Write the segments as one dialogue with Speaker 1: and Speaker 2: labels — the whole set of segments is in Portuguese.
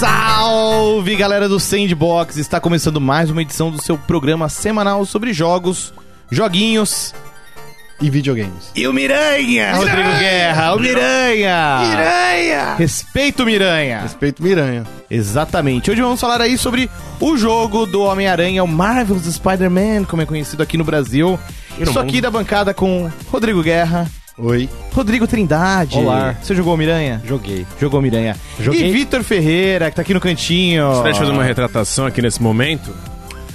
Speaker 1: Salve galera do Sandbox! Está começando mais uma edição do seu programa semanal sobre jogos, joguinhos
Speaker 2: E videogames.
Speaker 1: e o Miranha! Rodrigo Guerra, o Miranha!
Speaker 2: Miranha!
Speaker 1: Respeito o Miranha!
Speaker 2: Respeito Miranha.
Speaker 1: Exatamente. Hoje vamos falar aí sobre o jogo do Homem-Aranha, o Marvel's Spider-Man, como é conhecido aqui no Brasil. Isso aqui da bancada com Rodrigo Guerra,
Speaker 2: Oi.
Speaker 1: Rodrigo Trindade.
Speaker 3: Olá.
Speaker 1: Você jogou o Miranha?
Speaker 3: Joguei.
Speaker 1: Jogou o Miranha.
Speaker 3: Joguei.
Speaker 1: E Vitor Ferreira, que tá aqui no cantinho.
Speaker 4: Deixa eu fazer uma retratação aqui nesse momento.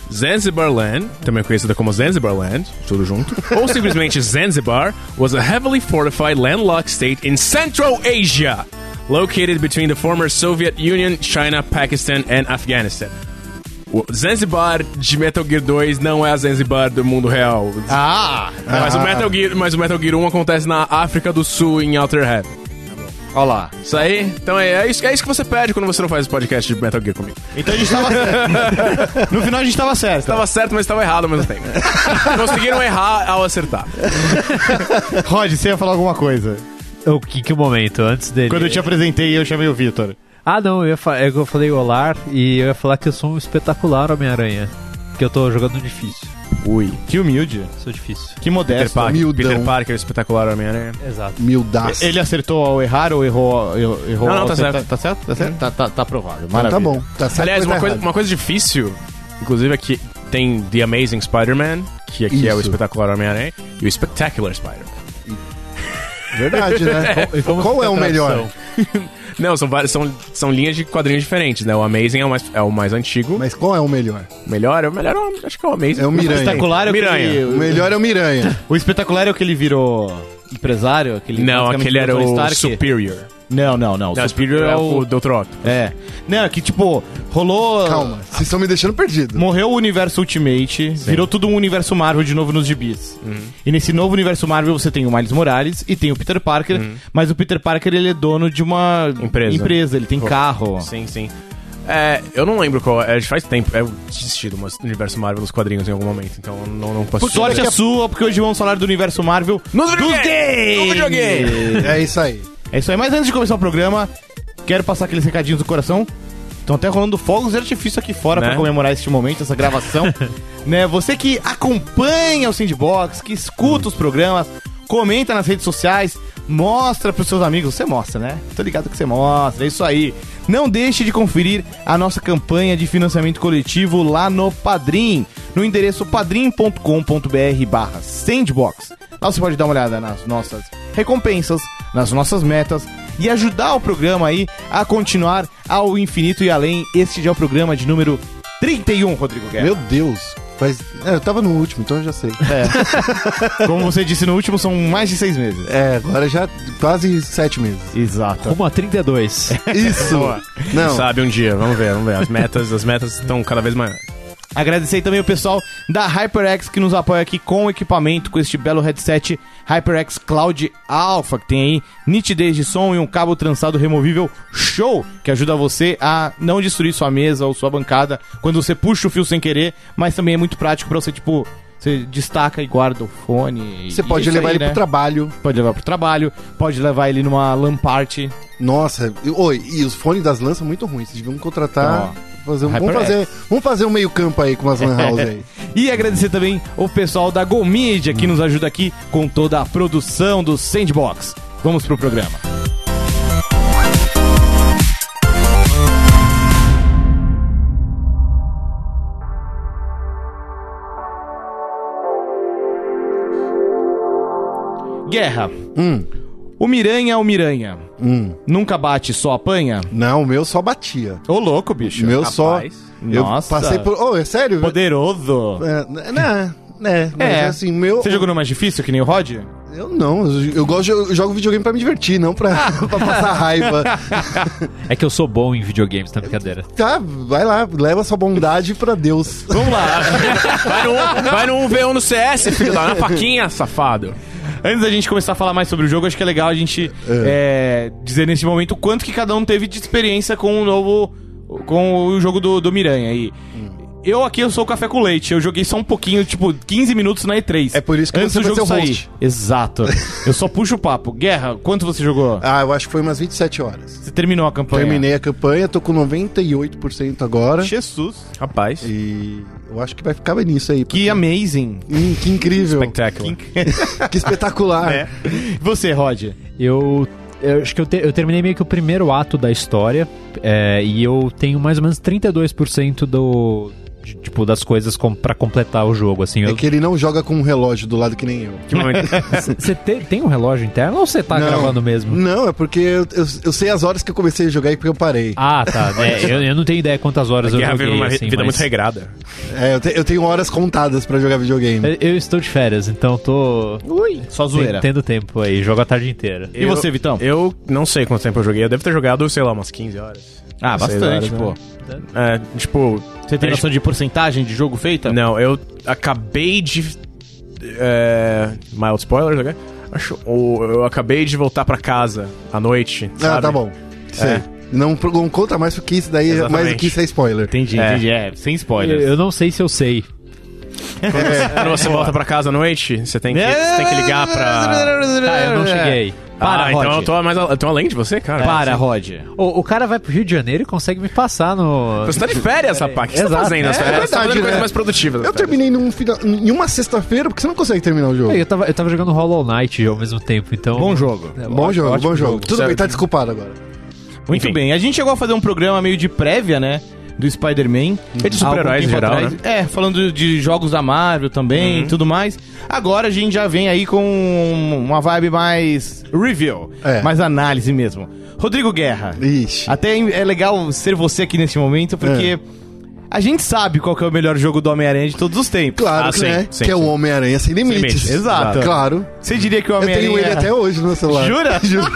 Speaker 4: Zanzibar Land, também conhecida como Zanzibar Land, tudo junto, ou simplesmente Zanzibar, was a heavily fortified landlocked state in Central Asia, located between the former Soviet Union, China, Pakistan and Afghanistan. O Zanzibar de Metal Gear 2 não é a Zanzibar do mundo real.
Speaker 1: Ah!
Speaker 4: Mas, o Metal Gear, mas o Metal Gear 1 acontece na África do Sul, em Outer Head.
Speaker 1: Olha lá.
Speaker 4: Isso aí? Então é, é, isso, é isso que você perde quando você não faz o podcast de Metal Gear comigo.
Speaker 1: Então a gente tava certo. No final a gente tava certo.
Speaker 4: Tava certo, mas tava errado ao mesmo tempo. Conseguiram errar ao acertar.
Speaker 1: Rod, você ia falar alguma coisa.
Speaker 3: O que, que momento antes dele?
Speaker 4: é
Speaker 1: Quando eu te apresentei, eu chamei o Vitor.
Speaker 3: Ah, não, eu, ia fa... é que eu falei olá e eu ia falar que eu sou um espetacular Homem-Aranha. Que eu tô jogando um difícil.
Speaker 1: Ui. Que humilde.
Speaker 3: Sou difícil.
Speaker 1: Que
Speaker 4: Peter
Speaker 1: modesto.
Speaker 4: Parker,
Speaker 2: humildão.
Speaker 4: Peter Parker, espetacular né? Homem-Aranha.
Speaker 3: Exato.
Speaker 2: Mildaço.
Speaker 1: Ele acertou ao errar ou errou ao, errou errou
Speaker 4: Não, não,
Speaker 1: ao
Speaker 4: tá
Speaker 1: acertar?
Speaker 4: certo.
Speaker 1: Tá certo? Tá certo? Tá, tá, tá aprovado.
Speaker 2: Então
Speaker 1: Maravilha.
Speaker 2: tá bom. Tá certo,
Speaker 4: Aliás,
Speaker 2: mas tá
Speaker 4: uma coisa,
Speaker 2: errado.
Speaker 4: uma coisa difícil, inclusive, é que tem The Amazing Spider-Man, que aqui é o
Speaker 2: Isso.
Speaker 4: espetacular Homem-Aranha, e o Spectacular Spider-Man.
Speaker 2: Verdade, né? Qual- Qual é o melhor?
Speaker 4: Não, são, várias, são, são linhas de quadrinhos diferentes, né? O Amazing é o mais, é o mais antigo.
Speaker 2: Mas qual é o melhor?
Speaker 4: O melhor, é o melhor é o- acho que é o Amazing.
Speaker 2: É o Miranha.
Speaker 1: Espetacular é o que
Speaker 4: Miranha.
Speaker 1: ele-
Speaker 2: O melhor é o Miranha.
Speaker 1: O espetacular é o que ele virou empresário? Aquele
Speaker 4: Não,
Speaker 1: basicamente
Speaker 4: aquele era
Speaker 1: Dr.
Speaker 4: o
Speaker 1: Stark?
Speaker 4: Superior.
Speaker 1: Não, não, não.
Speaker 4: Não, o Superior é o Dr. Octopus.
Speaker 1: É. Não, que tipo, rolou.
Speaker 2: Calma, vocês estão me deixando perdido.
Speaker 1: Morreu o universo Ultimate, virou tudo um universo Marvel de novo nos gibis.
Speaker 4: Uhum.
Speaker 1: E nesse novo universo Marvel você tem o Miles Morales e tem o Peter Parker, mas o Peter Parker ele é dono de uma
Speaker 4: Uhum. Empresa.
Speaker 1: ele tem carro.
Speaker 4: Sim, sim. É, eu não lembro qual. É, faz tempo. Eu desisti do mas- do universo Marvel nos quadrinhos em algum momento, então eu não, não posso.
Speaker 1: Por sorte é a sua, porque hoje vamos falar do universo Marvel
Speaker 4: é Nos
Speaker 1: dos
Speaker 4: videogames!
Speaker 1: games!
Speaker 4: Nos videogames!
Speaker 2: É isso aí.
Speaker 1: É isso aí, mas antes de começar o programa, quero passar aqueles recadinhos do coração. Estão até rolando fogos de artifício aqui fora
Speaker 4: Né?
Speaker 1: pra comemorar este momento, essa gravação. né? Você que acompanha o Sandbox, que escuta os programas, comenta nas redes sociais, mostra pros seus amigos. Você mostra, né? Tô ligado que você mostra, é isso aí. Não deixe de conferir a nossa campanha de financiamento coletivo lá no Padrim, no endereço padrim.com.br barra Sandbox. Lá você pode dar uma olhada nas nossas recompensas, nas nossas metas e ajudar o programa aí a continuar ao infinito e além. Este já é o programa de número 31, Rodrigo Guerra.
Speaker 2: Meu Deus. Faz... É, eu tava no último, então eu já sei.
Speaker 1: Como você disse no último, são mais de seis meses.
Speaker 2: É, agora tá. já quase sete meses.
Speaker 1: Exato.
Speaker 3: Rumo a 32.
Speaker 2: Isso. Não.
Speaker 4: Sabe um dia, vamos ver, vamos ver. As metas, as metas estão cada vez maiores.
Speaker 1: Agradecer aí também o pessoal da HyperX que nos apoia aqui com o equipamento, com este belo headset HyperX Cloud Alpha, que tem aí nitidez de som e um cabo trançado removível show, que ajuda você a não destruir sua mesa ou sua bancada quando você puxa o fio sem querer, mas também é muito prático pra você, tipo, você destaca e guarda o fone. e-
Speaker 2: Você
Speaker 1: e
Speaker 2: pode
Speaker 1: isso
Speaker 2: levar
Speaker 1: aí,
Speaker 2: ele
Speaker 1: né?
Speaker 2: pro trabalho.
Speaker 1: Pode levar pro trabalho, pode levar ele numa lamparte.
Speaker 2: Nossa, e- oi, e os fones das lãs são muito ruins. Vocês deviam contratar. Fazer um, vamos,
Speaker 1: HyperX.
Speaker 2: fazer, vamos fazer um meio-campo aí com as Lan House aí.
Speaker 1: E agradecer também o pessoal da Go Media que nos ajuda aqui com toda a produção do Sandbox. Vamos pro programa. Guerra.
Speaker 2: Hum.
Speaker 1: O Miranha é o Miranha.
Speaker 2: Hum.
Speaker 1: Nunca bate, só apanha?
Speaker 2: Não, o meu só batia.
Speaker 1: Ô louco, bicho.
Speaker 2: O meu só.
Speaker 4: Rapaz.
Speaker 2: Eu
Speaker 1: Nossa.
Speaker 2: passei por. Oh, é sério?
Speaker 1: Poderoso.
Speaker 2: É, né, né, mas
Speaker 1: É.
Speaker 2: assim, meu.
Speaker 1: Você jogou no mais difícil que nem o Rod?
Speaker 2: Eu não, eu, eu gosto, de- eu jogo videogame pra me divertir, não pra,
Speaker 1: Ah.
Speaker 2: pra passar raiva.
Speaker 3: É que eu sou bom em videogames, tá brincadeira.
Speaker 2: Tá, vai lá, leva sua bondade pra Deus.
Speaker 1: Vamos lá.
Speaker 4: Vai no, um, vai no 1v1 no
Speaker 2: É,
Speaker 4: CS, filho da. Na faquinha, safado.
Speaker 1: Antes da gente começar a falar mais sobre o jogo, acho que é legal a gente é, dizer nesse momento o quanto que cada um teve de experiência com o novo. com o jogo do, do Miranha aí.
Speaker 2: Hum.
Speaker 1: Eu aqui eu sou o café com leite. Eu joguei só um pouquinho, tipo, 15 minutos na E3.
Speaker 2: É por isso que
Speaker 1: Antes
Speaker 2: você
Speaker 1: do
Speaker 2: vai
Speaker 1: jogo
Speaker 2: ser o
Speaker 1: sair.
Speaker 2: host.
Speaker 1: Exato. eu só puxo o papo. Guerra, quanto você jogou?
Speaker 2: Ah, eu acho que foi umas 27 horas.
Speaker 1: Você terminou a campanha?
Speaker 2: Terminei a campanha, tô com 98% agora.
Speaker 1: Jesus.
Speaker 4: Rapaz.
Speaker 2: E eu acho que vai ficar bem nisso aí.
Speaker 1: Que amazing.
Speaker 2: Hum, que incrível.
Speaker 4: Spectacular.
Speaker 2: que espetacular.
Speaker 1: É. E Você, Rod?
Speaker 3: Eu, eu acho que eu, te- eu terminei meio que o primeiro ato da história é, e eu tenho mais ou menos 32% do de- tipo das coisas com, para completar o jogo assim.
Speaker 2: É
Speaker 3: Eu,
Speaker 2: que ele não joga com um relógio do lado que nem eu.
Speaker 4: Que momento.
Speaker 3: Você te- tem um relógio interno ou você tá
Speaker 2: Não.
Speaker 3: gravando mesmo?
Speaker 2: Não, é porque eu, eu, eu sei as horas que eu comecei a jogar e porque eu parei.
Speaker 3: Ah, tá. É, eu, eu não tenho ideia quantas horas eu
Speaker 4: Guerra
Speaker 3: joguei.
Speaker 4: vive uma
Speaker 3: assim,
Speaker 4: vida
Speaker 3: mas-
Speaker 4: muito regrada.
Speaker 2: É, eu, te- eu tenho horas contadas pra jogar videogame.
Speaker 3: Eu- Eu estou de férias, então tô
Speaker 1: Ui. Só zoeira.
Speaker 3: tendo tempo aí, jogo a tarde inteira.
Speaker 1: E você, Vitão?
Speaker 4: Eu não sei quanto tempo eu joguei. Eu devo ter jogado, sei lá, umas 15 horas.
Speaker 1: Ah,
Speaker 4: Seis
Speaker 1: bastante,
Speaker 2: né?
Speaker 1: pô.
Speaker 4: horas, É, tipo.
Speaker 1: Você tem
Speaker 4: a gente-
Speaker 1: noção de porcentagem de jogo feita?
Speaker 4: Não, eu acabei de. É, mild spoilers, ok? Acho, ou, eu acabei de voltar pra casa à noite.
Speaker 2: ah,
Speaker 4: sabe?
Speaker 2: tá bom. Sei. Não, pro- não conta mais porque isso daí é mais do que isso é spoiler.
Speaker 1: Entendi,
Speaker 4: É.
Speaker 1: entendi. É, sem
Speaker 3: Eu,
Speaker 1: spoilers.
Speaker 3: eu não sei se eu sei.
Speaker 2: É.
Speaker 4: Quando você volta pra casa à noite, você tem que, você tem que ligar pra.
Speaker 3: Tá, eu não cheguei. Para,
Speaker 4: ah,
Speaker 3: Rod.
Speaker 4: então eu tô, mais, al- eu tô além de você, cara.
Speaker 1: Para, Rod.
Speaker 3: O, o cara vai pro Rio de Janeiro e consegue me passar no.
Speaker 4: Você tá de férias, rapaz. O que você tá
Speaker 3: Exato.
Speaker 4: fazendo? nas
Speaker 2: É,
Speaker 4: férias? Você tá
Speaker 2: verdade,
Speaker 4: fazendo coisas
Speaker 2: né?
Speaker 4: mais produtivas.
Speaker 2: Eu terminei num final, em uma sexta-feira porque você não consegue terminar o jogo.
Speaker 3: Eu tava, eu tava jogando Hollow Knight ao mesmo tempo, então.
Speaker 1: Bom jogo.
Speaker 2: Bom jogo, bom jogo. Tudo
Speaker 4: Certo.
Speaker 2: bem, tá desculpado agora.
Speaker 1: Muito
Speaker 4: Enfim.
Speaker 1: bem. A gente chegou a fazer um programa meio de prévia, né? Do Spider-Man.
Speaker 4: É de super-heróis
Speaker 1: Algum
Speaker 4: em
Speaker 1: tempo
Speaker 4: geral,
Speaker 1: atrás.
Speaker 4: né?
Speaker 1: É, falando de jogos da Marvel também e tudo mais. Agora a gente já vem aí com uma vibe mais review,
Speaker 2: É.
Speaker 1: mais análise mesmo. Rodrigo Guerra.
Speaker 2: Ixi.
Speaker 1: Até é legal ser você aqui neste momento, porque a gente sabe qual que é o melhor jogo do Homem-Aranha de todos os tempos.
Speaker 2: Claro
Speaker 4: Ah,
Speaker 2: que,
Speaker 4: sim,
Speaker 2: né?
Speaker 4: sim,
Speaker 2: que é o
Speaker 4: sim.
Speaker 2: Homem-Aranha sem limites.
Speaker 4: limites,
Speaker 1: exato.
Speaker 2: Claro.
Speaker 1: Você diria que o
Speaker 2: Eu
Speaker 1: Homem-Aranha...
Speaker 2: tenho ele até hoje no meu celular.
Speaker 1: Jura?
Speaker 2: Juro.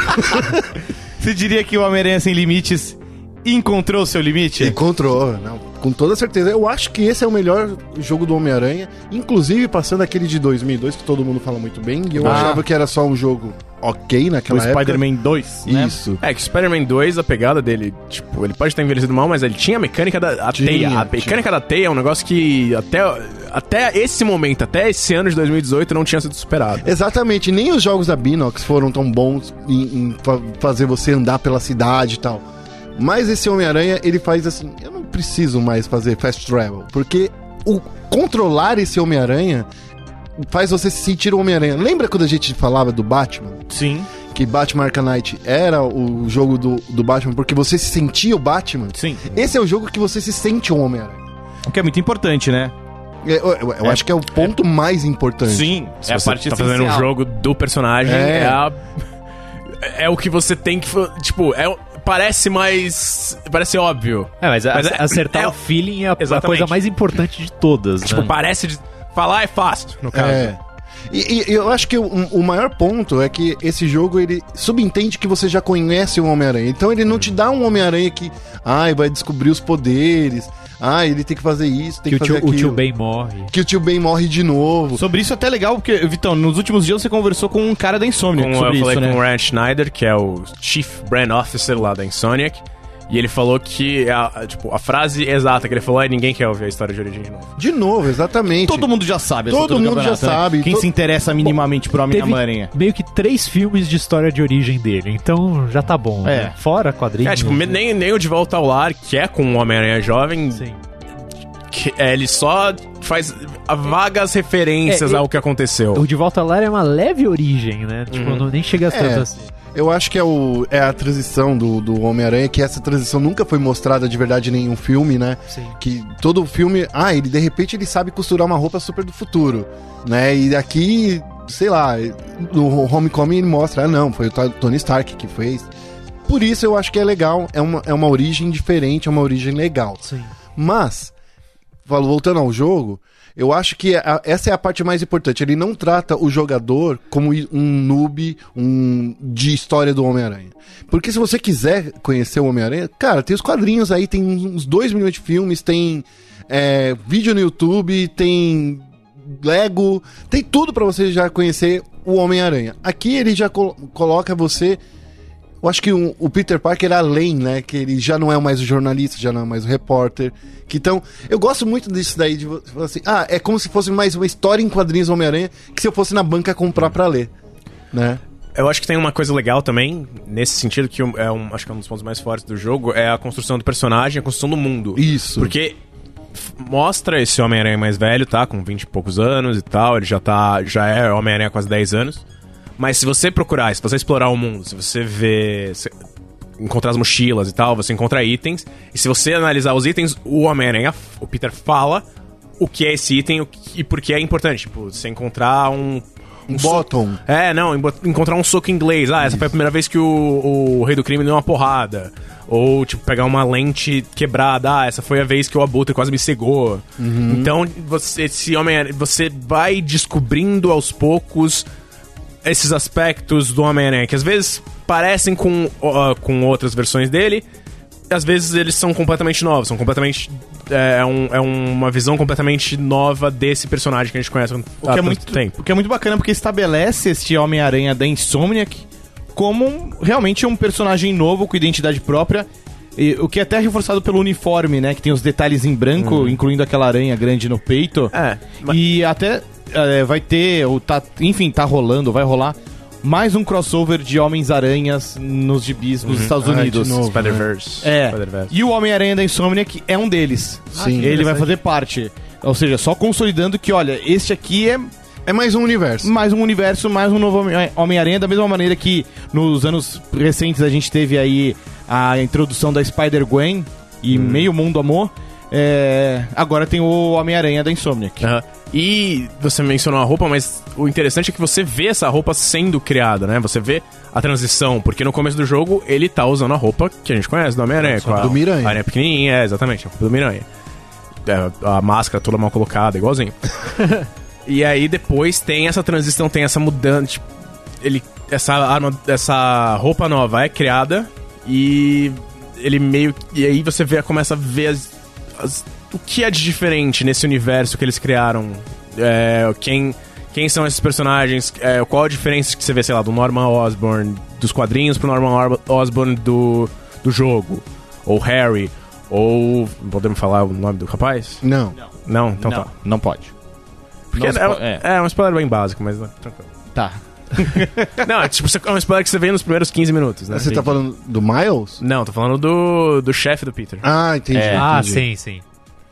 Speaker 1: Você diria que o Homem-Aranha Sem Limites encontrou o seu limite?
Speaker 2: Encontrou, não. Com toda certeza. Eu acho que esse é o melhor jogo do Homem-Aranha, inclusive passando aquele de 2002 que todo mundo fala muito bem, e eu
Speaker 1: Ah.
Speaker 2: achava que era só um jogo OK
Speaker 1: O
Speaker 2: naquela época.
Speaker 1: Spider-Man 2, né?
Speaker 2: Isso.
Speaker 4: É que o Spider-Man 2, a pegada dele, tipo, ele pode ter envelhecido mal, mas ele tinha a mecânica da a
Speaker 2: Tinha,
Speaker 4: teia. A
Speaker 2: tinha.
Speaker 4: mecânica da teia é um negócio que até, até esse momento, até esse ano de 2018, não tinha sido superado.
Speaker 2: Exatamente, nem os jogos da Binox foram tão bons em, em fa- fazer você andar pela cidade e tal. Mas esse Homem-Aranha, ele faz assim, eu não preciso mais fazer fast travel, porque o controlar esse Homem-Aranha faz você se sentir o Homem-Aranha. Lembra quando a gente falava do Batman?
Speaker 1: Sim,
Speaker 2: que Batman Arkham Knight era o jogo do, do Batman porque você se sentia o Batman,
Speaker 1: sim.
Speaker 2: esse é o jogo que você se sente o Homem-Aranha.
Speaker 1: O que é muito importante, né?
Speaker 2: É, Eu, eu- eu acho que é o ponto mais importante.
Speaker 1: Sim, é
Speaker 4: Se você tá fazendo um
Speaker 1: essencial.
Speaker 4: jogo do personagem, é,
Speaker 2: É.
Speaker 4: a- é o que você tem que. fa- Tipo, é, o- parece mais. Parece óbvio.
Speaker 3: É, mas, a-
Speaker 4: Mas é-
Speaker 3: acertar
Speaker 4: é-
Speaker 3: o feeling é a, a
Speaker 4: Exatamente.
Speaker 3: coisa mais importante de todas. né?
Speaker 4: Tipo, parece. De, falar é fácil, no caso.
Speaker 2: É. E, e eu acho que o, um, o maior ponto é que esse jogo ele subentende que você já conhece o Homem-Aranha. Então ele não te dá um Homem-Aranha que, ai, vai descobrir os poderes, ai, ele tem que fazer isso, tem
Speaker 3: que
Speaker 2: que,
Speaker 3: o tio,
Speaker 2: fazer
Speaker 3: o
Speaker 2: aquilo.
Speaker 3: tio Ben morre.
Speaker 2: Que o tio Ben morre de novo.
Speaker 1: Sobre isso é até legal, porque, Vitão, nos últimos dias você conversou com um cara da Insomnia
Speaker 4: Com,
Speaker 1: sobre
Speaker 4: eu falei
Speaker 1: isso,
Speaker 4: com o
Speaker 1: né?
Speaker 4: Rand Schneider, que é o Chief Brand Officer lá da Insomniac. E ele falou que a, a- tipo, a frase exata que ele falou é ninguém quer ouvir a história de origem de novo.
Speaker 2: De novo, exatamente.
Speaker 1: Todo mundo já sabe. essa
Speaker 2: Todo
Speaker 1: altura do
Speaker 2: mundo já
Speaker 1: campeonato, né?
Speaker 2: sabe,
Speaker 1: Quem
Speaker 2: to-
Speaker 1: se interessa minimamente por Homem
Speaker 3: Teve
Speaker 1: na Aranha.
Speaker 3: meio que três filmes de história de origem dele, então já tá bom.
Speaker 1: É.
Speaker 3: né? Fora quadrinhos. né?
Speaker 4: É, tipo, me- nem, nem o De Volta ao Lar, que é com o Homem-Aranha Jovem,
Speaker 3: Sim.
Speaker 4: que, é, ele só faz a- vagas referências
Speaker 3: É, é-
Speaker 4: ao que aconteceu.
Speaker 3: O De Volta ao Lar é uma leve origem, né? Tipo,
Speaker 4: Uhum.
Speaker 3: não, nem chega a tanto
Speaker 2: É.
Speaker 3: assim.
Speaker 2: Eu acho que é, o, é a transição do, do Homem-Aranha, que essa transição nunca foi mostrada de verdade em nenhum filme, né?
Speaker 3: Sim.
Speaker 2: Que todo filme, ah, ele de repente ele sabe costurar uma roupa super do futuro, né? E aqui, sei lá, no Homecoming ele mostra, ah não, foi o Ta- Tony Stark que fez. Por isso eu acho que é legal, é uma, é uma origem diferente, é uma origem legal.
Speaker 3: Sim.
Speaker 2: Mas, falo- voltando ao jogo, eu acho que a- essa é a parte mais importante. Ele não trata o jogador como i- um noob um, de história do Homem-Aranha. Porque se você quiser conhecer o Homem-Aranha, cara, tem os quadrinhos aí, tem uns 2 milhões de filmes, tem é, vídeo no YouTube, tem Lego, tem tudo pra você já conhecer o Homem-Aranha. Aqui ele já col- coloca você Eu acho que um- o Peter Parker era além, né? Que ele já não é mais o jornalista, já não é mais o repórter. Que então, eu gosto muito disso daí, de você falar assim, ah, é como se fosse mais uma história em quadrinhos do Homem-Aranha que se eu fosse na banca comprar pra ler, né?
Speaker 4: Eu acho que tem uma coisa legal também, nesse sentido, que é um, acho que é um dos pontos mais fortes do jogo, é a construção do personagem, a construção do mundo.
Speaker 2: Isso.
Speaker 4: Porque f- mostra esse Homem-Aranha mais velho, tá? Com 20 e poucos anos e tal, ele já tá. já é Homem-Aranha há quase 10 anos. Mas se você procurar, se você explorar o mundo, se você ver. se- encontrar as mochilas e tal, você encontra itens. E se você analisar os itens, o Homem-Aranha, f- o Peter fala o que é esse item o que- e por que é importante. Tipo, você encontrar um.
Speaker 2: Um
Speaker 4: so-
Speaker 2: bottom.
Speaker 4: é, não, embo- encontrar um soco inglês. Ah, essa foi a primeira vez que o, o rei do crime deu uma porrada. Ou, tipo, pegar uma lente quebrada. Ah, essa foi a vez que o abutre quase me cegou. Então, você, esse homem, você vai descobrindo aos poucos esses aspectos do Homem-Aranha, que às vezes parecem com, ó, com outras versões dele, às vezes eles são completamente novos, são completamente. É, é um- é uma visão completamente nova desse personagem que a gente conhece há
Speaker 1: O que, é
Speaker 4: Ah, tanto
Speaker 1: muito,
Speaker 4: tempo.
Speaker 1: o que é muito bacana, porque estabelece este Homem-Aranha da Insomniac como um- realmente um personagem novo, com identidade própria. e- o que é até reforçado pelo uniforme, né? Que tem os detalhes em branco, incluindo aquela aranha grande no peito.
Speaker 4: Hum. É, mas-
Speaker 1: E até é, vai ter, ou tá, enfim, tá rolando, vai rolar mais um crossover de Homens-Aranhas nos gibis
Speaker 4: Uhum.
Speaker 1: nos Estados
Speaker 2: Ah, de
Speaker 1: Unidos.
Speaker 2: novo.
Speaker 4: Spider-Verse.
Speaker 1: É.
Speaker 4: Spider-Verse. Ah,
Speaker 1: E o Homem-Aranha da Insomniac é um deles.
Speaker 2: Sim.
Speaker 1: Ele vai fazer parte. Ou seja, só consolidando que, olha, este aqui é
Speaker 2: É mais um universo.
Speaker 1: mais um universo, mais um novo Homem- Homem-Aranha, da mesma maneira que nos anos recentes a gente teve aí a introdução da Spider-Gwen e meio mundo amor. é, agora tem o Homem-Aranha da Insomniac.
Speaker 4: Aham. E você mencionou a roupa, mas o interessante é que você vê essa roupa sendo criada, né? Você vê a transição, porque no começo do jogo ele tá usando a roupa que a gente conhece do Homem-Aranha. com a-
Speaker 2: do Miranha.
Speaker 4: A aranha pequenininha, é, exatamente, a roupa do Miranha. É, a máscara toda mal colocada, igualzinho. e aí depois tem essa transição, tem essa mudança. tipo, ele, essa arma, essa roupa nova é criada e ele meio que- e aí você vê começa a ver as- as- o que é de diferente nesse universo que eles criaram, É, quem quem são esses personagens, É, qual a diferença que você vê, sei lá, do Norman Osborn dos quadrinhos pro Norman Or- Osborn do do jogo ou Harry ou podemos falar o nome do rapaz?
Speaker 2: Não.
Speaker 4: Não, então
Speaker 1: não,
Speaker 4: tá.
Speaker 1: não pode.
Speaker 4: Porque
Speaker 1: Não
Speaker 4: é,
Speaker 1: spo- é.
Speaker 4: é um spoiler bem básico, mas né, tranquilo.
Speaker 1: Tá.
Speaker 4: Não, é tipo, você- é um spoiler que você vê nos primeiros 15 minutos, né?
Speaker 2: Você tá
Speaker 4: Entendi.
Speaker 2: falando do Miles?
Speaker 4: Não, tô falando do, do chefe do Peter.
Speaker 2: Ah, entendi.
Speaker 1: É.
Speaker 3: ah,
Speaker 2: entendi.
Speaker 3: sim, sim.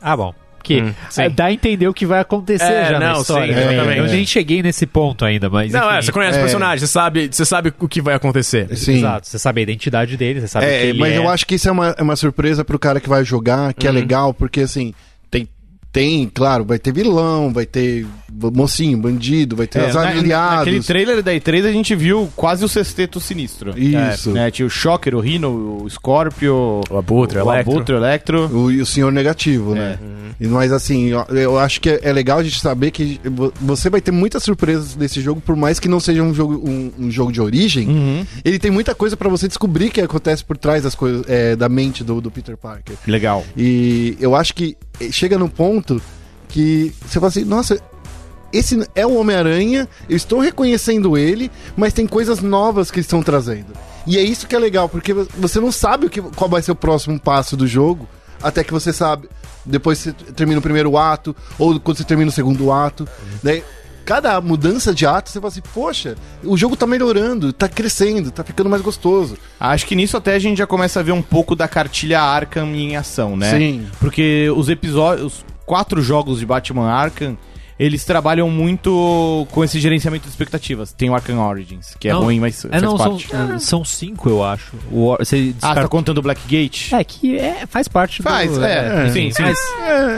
Speaker 3: Ah, bom. Que
Speaker 4: Hum, sim.
Speaker 3: eh, dá a entender o que vai acontecer
Speaker 4: É,
Speaker 3: já na
Speaker 4: não, sim,
Speaker 3: história. né?
Speaker 2: exatamente.
Speaker 3: Eu nem cheguei nesse ponto ainda, mas.
Speaker 4: Não,
Speaker 3: enfim.
Speaker 4: é, você conhece
Speaker 2: É.
Speaker 4: o personagem, você sabe, você sabe o que vai acontecer.
Speaker 2: Sim.
Speaker 3: Exato, você sabe a identidade dele, você sabe que
Speaker 2: É,
Speaker 3: ele
Speaker 2: mas
Speaker 3: é.
Speaker 2: eu acho que isso é uma, é uma surpresa pro cara que vai jogar, que é legal, porque assim, tem, tem, claro, vai ter vilão, vai ter mocinho, bandido, vai ter
Speaker 1: É,
Speaker 2: as
Speaker 1: na- Naquele
Speaker 2: aliados.
Speaker 1: trailer da E3 a gente viu quase o sexteto sinistro.
Speaker 2: Isso.
Speaker 1: É, né, tinha o Shocker, o Rhino, o Scorpio,
Speaker 4: O Abutre,
Speaker 1: o,
Speaker 4: o Electro.
Speaker 1: Abutre, o Electro.
Speaker 2: O, e o senhor negativo, né? E- Mas assim, eu, eu acho que é, é legal a gente saber que vo- você vai ter muitas surpresas desse jogo, por mais que não seja um jogo, um, um jogo de origem. Ele tem muita coisa pra você descobrir que acontece por trás das coisas, é, da mente do- do Peter Parker.
Speaker 1: Legal.
Speaker 2: E eu acho que eh, chega num ponto que você fala assim, nossa, esse é o Homem-Aranha, eu estou reconhecendo ele, mas tem coisas novas que eles estão trazendo. E é isso que é legal, porque vo- você não sabe o que, qual vai ser o próximo passo do jogo, até que você sabe. Depois você termina o primeiro ato, ou quando você termina o segundo ato. Daí, cada mudança de ato, você fala assim, poxa, o jogo tá melhorando, tá crescendo, tá ficando mais gostoso.
Speaker 1: Acho que nisso até a gente já começa a ver um pouco da cartilha Arkham em ação, né?
Speaker 2: Sim.
Speaker 1: Porque os episódios, os quatro jogos de Batman Arkham, eles trabalham muito com esse gerenciamento de expectativas. Tem o Arkham Origins, que é
Speaker 3: Não.
Speaker 1: ruim, mas
Speaker 3: É,
Speaker 1: faz
Speaker 3: não, são,
Speaker 1: parte.
Speaker 3: são cinco, eu acho. O, Or- você
Speaker 1: Ah, tá
Speaker 3: descarta-
Speaker 1: contando o Blackgate?
Speaker 3: É que é, faz parte
Speaker 1: Faz,
Speaker 3: do.
Speaker 1: é, sim, sim.
Speaker 3: Mas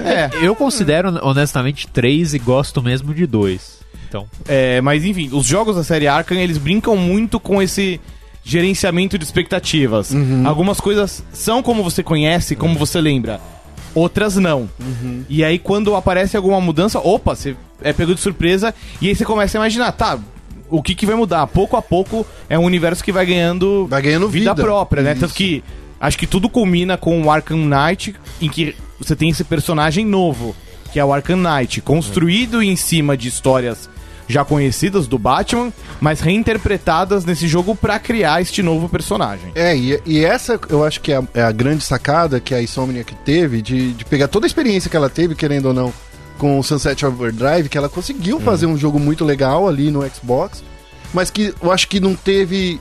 Speaker 1: É.
Speaker 3: eu considero, honestamente, três e gosto mesmo de dois. Então,
Speaker 1: É, mas enfim, os jogos da série Arkham, eles brincam muito com esse gerenciamento de expectativas.
Speaker 2: Uhum.
Speaker 1: Algumas coisas são como você conhece, como você lembra. Outras não.
Speaker 2: Uhum.
Speaker 1: E aí, quando aparece alguma mudança, opa, você é pego de surpresa e aí você começa a imaginar, tá, o que, que vai mudar? Pouco a pouco é um universo que vai ganhando
Speaker 2: Vai ganhando
Speaker 1: vida,
Speaker 2: vida.
Speaker 1: própria, né? Tanto
Speaker 2: Isso.
Speaker 1: que acho que tudo culmina com o Arkham Knight, em que você tem esse personagem novo, que é o Arkham Knight, construído em cima de histórias já conhecidas do Batman, mas reinterpretadas nesse jogo pra criar este novo personagem.
Speaker 2: É, e, e essa eu acho que é a, é a grande sacada que a Insomniac teve de, de pegar toda a experiência que ela teve, querendo ou não, com o Sunset Overdrive, que ela conseguiu fazer um jogo muito legal ali no Xbox, mas que eu acho que não teve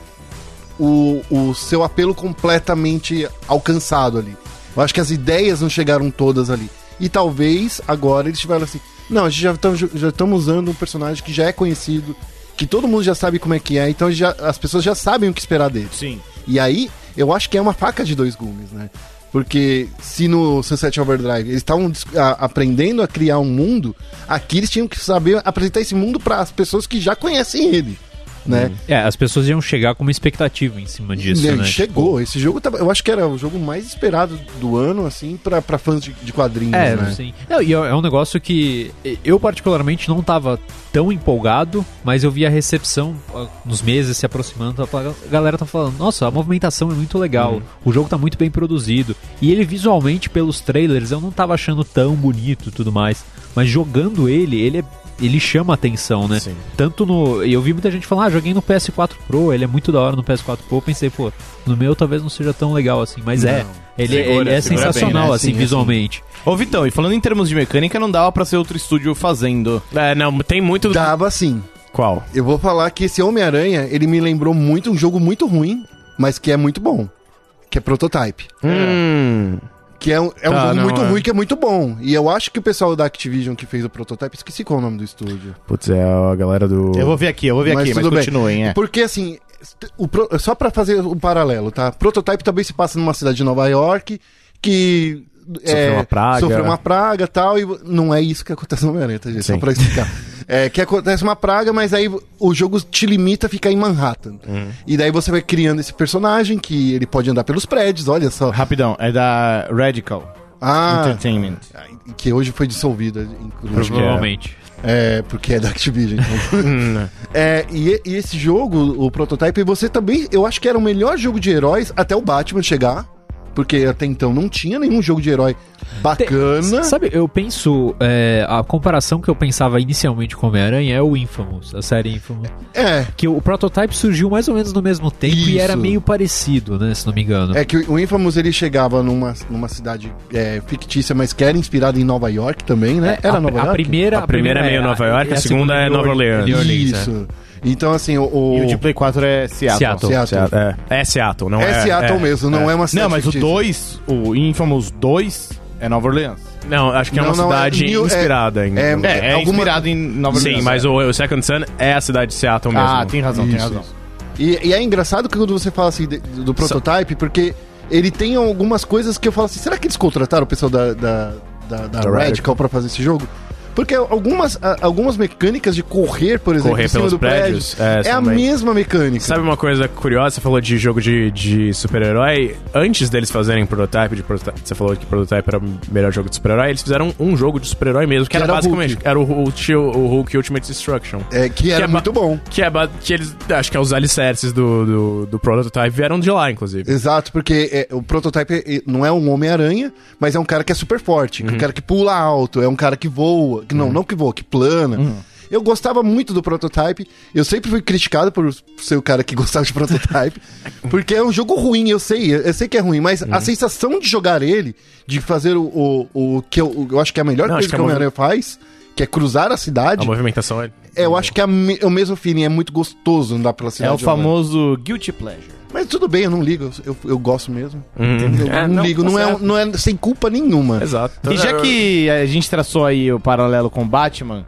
Speaker 2: o, o seu apelo completamente alcançado ali. Eu acho que as ideias não chegaram todas ali. E talvez agora eles tiveram assim. Não, a gente já estamos já tamo usando um personagem que já é conhecido, que todo mundo já sabe como é que é, então já, as pessoas já sabem o que esperar dele.
Speaker 1: Sim.
Speaker 2: E aí, eu acho que é uma faca de dois gumes, né? Porque se no Sunset Overdrive eles estavam des- a- aprendendo a criar um mundo, aqui eles tinham que saber apresentar esse mundo para as pessoas que já conhecem ele, né?
Speaker 3: É, as pessoas iam chegar com uma expectativa em cima disso,
Speaker 2: E aí
Speaker 3: né?
Speaker 2: Chegou, esse jogo tava- eu acho que era o jogo mais esperado do ano, assim, pra, pra fãs de, de quadrinhos,
Speaker 3: É,
Speaker 2: né?
Speaker 3: sim. Não, e é é um negócio que eu particularmente não tava tão empolgado, mas eu vi a recepção ah, nos meses se aproximando, a pla- a galera tá falando, nossa, a movimentação é muito legal, o jogo tá muito bem produzido. E ele visualmente, pelos trailers, eu não tava achando tão bonito e tudo mais. Mas jogando ele, ele é- Ele chama atenção, né?
Speaker 4: Sim.
Speaker 3: Tanto no. e Eu vi muita gente falar, ah, joguei no PS4 Pro, ele é muito da hora no PS4 Pro. Eu pensei, pô, no meu talvez não seja tão legal assim, mas é. Ele,
Speaker 4: Segura,
Speaker 3: ele é
Speaker 4: segura bem,
Speaker 3: sensacional,
Speaker 2: né?
Speaker 3: assim,
Speaker 2: Sim, é, sim.
Speaker 3: visualmente.
Speaker 1: Ô Vitão, e falando em termos de mecânica, não dava pra ser outro estúdio fazendo.
Speaker 4: É, não, tem muito do...
Speaker 2: Dava sim.
Speaker 4: Qual?
Speaker 2: Eu vou falar que esse Homem-Aranha, ele me lembrou muito um jogo muito ruim, mas que é muito bom. Que é Prototype.
Speaker 4: Hum.
Speaker 2: Que é um, é um
Speaker 4: Tá,
Speaker 2: jogo
Speaker 4: não,
Speaker 2: muito
Speaker 4: é.
Speaker 2: ruim, que é muito bom. E eu acho que o pessoal da Activision que fez o Prototype, esqueci qual é o nome do estúdio.
Speaker 4: Putz, é a galera do...
Speaker 1: Eu vou ver aqui, eu vou ver
Speaker 2: Mas
Speaker 1: aqui, mas
Speaker 2: tudo bem.
Speaker 1: continuem, é.
Speaker 2: Porque assim, o pro- só pra fazer um paralelo, tá? Prototype também se passa numa cidade de Nova York que é,
Speaker 4: Sofreu uma praga.
Speaker 2: sofreu uma praga, tal e não é isso que acontece no Homem-Aranha, tá, gente, só
Speaker 4: Sim.
Speaker 2: pra explicar. É, que acontece uma praga, mas aí o jogo te limita a ficar em Manhattan.
Speaker 4: Uhum.
Speaker 2: E daí você vai criando esse personagem que ele pode andar pelos prédios, olha só.
Speaker 1: Rapidão, é da Radical
Speaker 2: Ah,
Speaker 1: Entertainment.
Speaker 2: que hoje foi dissolvida, inclusive.
Speaker 4: é.
Speaker 3: Provavelmente.
Speaker 2: É, porque é da Activision, então. é, e, e esse jogo, o Prototype, você também, eu acho que era o melhor jogo de heróis até o Batman chegar, porque até então não tinha nenhum jogo de herói bacana.
Speaker 3: Sabe, eu penso. é, a comparação que eu pensava inicialmente com Homem-Aranha é o Infamous, a série Infamous.
Speaker 2: É,
Speaker 3: Que o prototype surgiu mais ou menos no mesmo tempo e
Speaker 2: Isso.
Speaker 3: era meio parecido, né? Se não me engano.
Speaker 2: é que o Infamous ele chegava numa, numa cidade é, fictícia, mas que era inspirada em Nova York também, né?
Speaker 3: É, a,
Speaker 2: Era Nova
Speaker 3: a
Speaker 2: York?
Speaker 3: primeira,
Speaker 4: A primeira é meio Nova York,
Speaker 3: e
Speaker 4: a segunda é Nova Orleans.
Speaker 3: New Orleans, é.
Speaker 2: Isso. Então, assim, o. o-
Speaker 1: E o de Play 4 é Seattle.
Speaker 3: Seattle.
Speaker 2: Seattle.
Speaker 4: Seattle, É. é Seattle, não é...
Speaker 2: É, Seattle
Speaker 4: é.
Speaker 2: mesmo, não é, uma cidade
Speaker 1: Não, mas o
Speaker 2: fictícia.
Speaker 1: 2, o Infamous 2, é Nova Orleans.
Speaker 4: Não, acho que é
Speaker 2: Não,
Speaker 4: uma
Speaker 2: não, é
Speaker 4: cidade
Speaker 2: New- é-
Speaker 4: inspirada em...
Speaker 2: é-
Speaker 1: É, é
Speaker 2: Alguma-
Speaker 1: inspirado em Nova
Speaker 4: Sim,
Speaker 1: Orleans.
Speaker 4: mas o, o Second Sun é a cidade de Seattle mesmo.
Speaker 1: Ah, tem razão, tem
Speaker 2: Isso,
Speaker 1: razão.
Speaker 2: isso. E, e é engraçado que quando você fala assim de- do prototype, porque ele tem algumas coisas que eu falo assim, será que eles contrataram o pessoal da, da, da, da
Speaker 4: Da
Speaker 2: Radical pra fazer esse jogo? Porque algumas, a- algumas mecânicas de correr, por exemplo,
Speaker 4: Correr
Speaker 2: em cima
Speaker 4: pelos
Speaker 2: do prédio,
Speaker 4: prédios, é,
Speaker 2: é, a
Speaker 4: também.
Speaker 2: mesma mecânica.
Speaker 4: Sabe uma coisa curiosa? Você falou de jogo de, de super-herói. Antes deles fazerem prototype, de prototype, você falou que prototype era o melhor jogo de super-herói. Eles fizeram um jogo de super-herói mesmo,
Speaker 2: Que
Speaker 4: que, era,
Speaker 2: era o
Speaker 4: basicamente
Speaker 2: Hulk.
Speaker 4: era o Hulk, o Hulk Ultimate Destruction.
Speaker 2: É, que era
Speaker 4: é ba-
Speaker 2: muito bom.
Speaker 4: Que é ba- que eles. Acho que é os alicerces do, do, do prototype vieram de lá, inclusive.
Speaker 2: Exato, porque é, o prototype é- não é um Homem-Aranha, mas é um cara que é super forte,
Speaker 4: Uhum.
Speaker 2: que é um cara que pula alto, é um cara que voa. que Não, não que voa, que plana.
Speaker 4: Uhum.
Speaker 2: Eu gostava muito do prototype. Eu sempre fui criticado por ser o cara que gostava de prototype. porque é um jogo ruim, eu sei, eu sei que é ruim, mas
Speaker 4: Uhum.
Speaker 2: a sensação de jogar ele, de fazer o, o, o que eu, eu acho que é a melhor
Speaker 4: Não,
Speaker 2: coisa
Speaker 4: acho que
Speaker 2: que
Speaker 4: é
Speaker 2: o Homem-Aranha faz, que é cruzar a
Speaker 4: A
Speaker 2: cidade.
Speaker 4: movimentação é.
Speaker 2: é, eu acho que é a me- é o mesmo feeling, é muito gostoso andar pela cidade.
Speaker 1: É o
Speaker 2: jogando.
Speaker 1: famoso Guilty Pleasure.
Speaker 2: Mas tudo bem, eu não ligo, eu, eu gosto mesmo.
Speaker 3: Uhum.
Speaker 2: Eu
Speaker 4: É,
Speaker 2: não, ligo,
Speaker 4: tá
Speaker 2: não é,
Speaker 4: certo.
Speaker 2: não é sem culpa nenhuma.
Speaker 4: Exato.
Speaker 1: E já que a gente traçou aí o paralelo com Batman,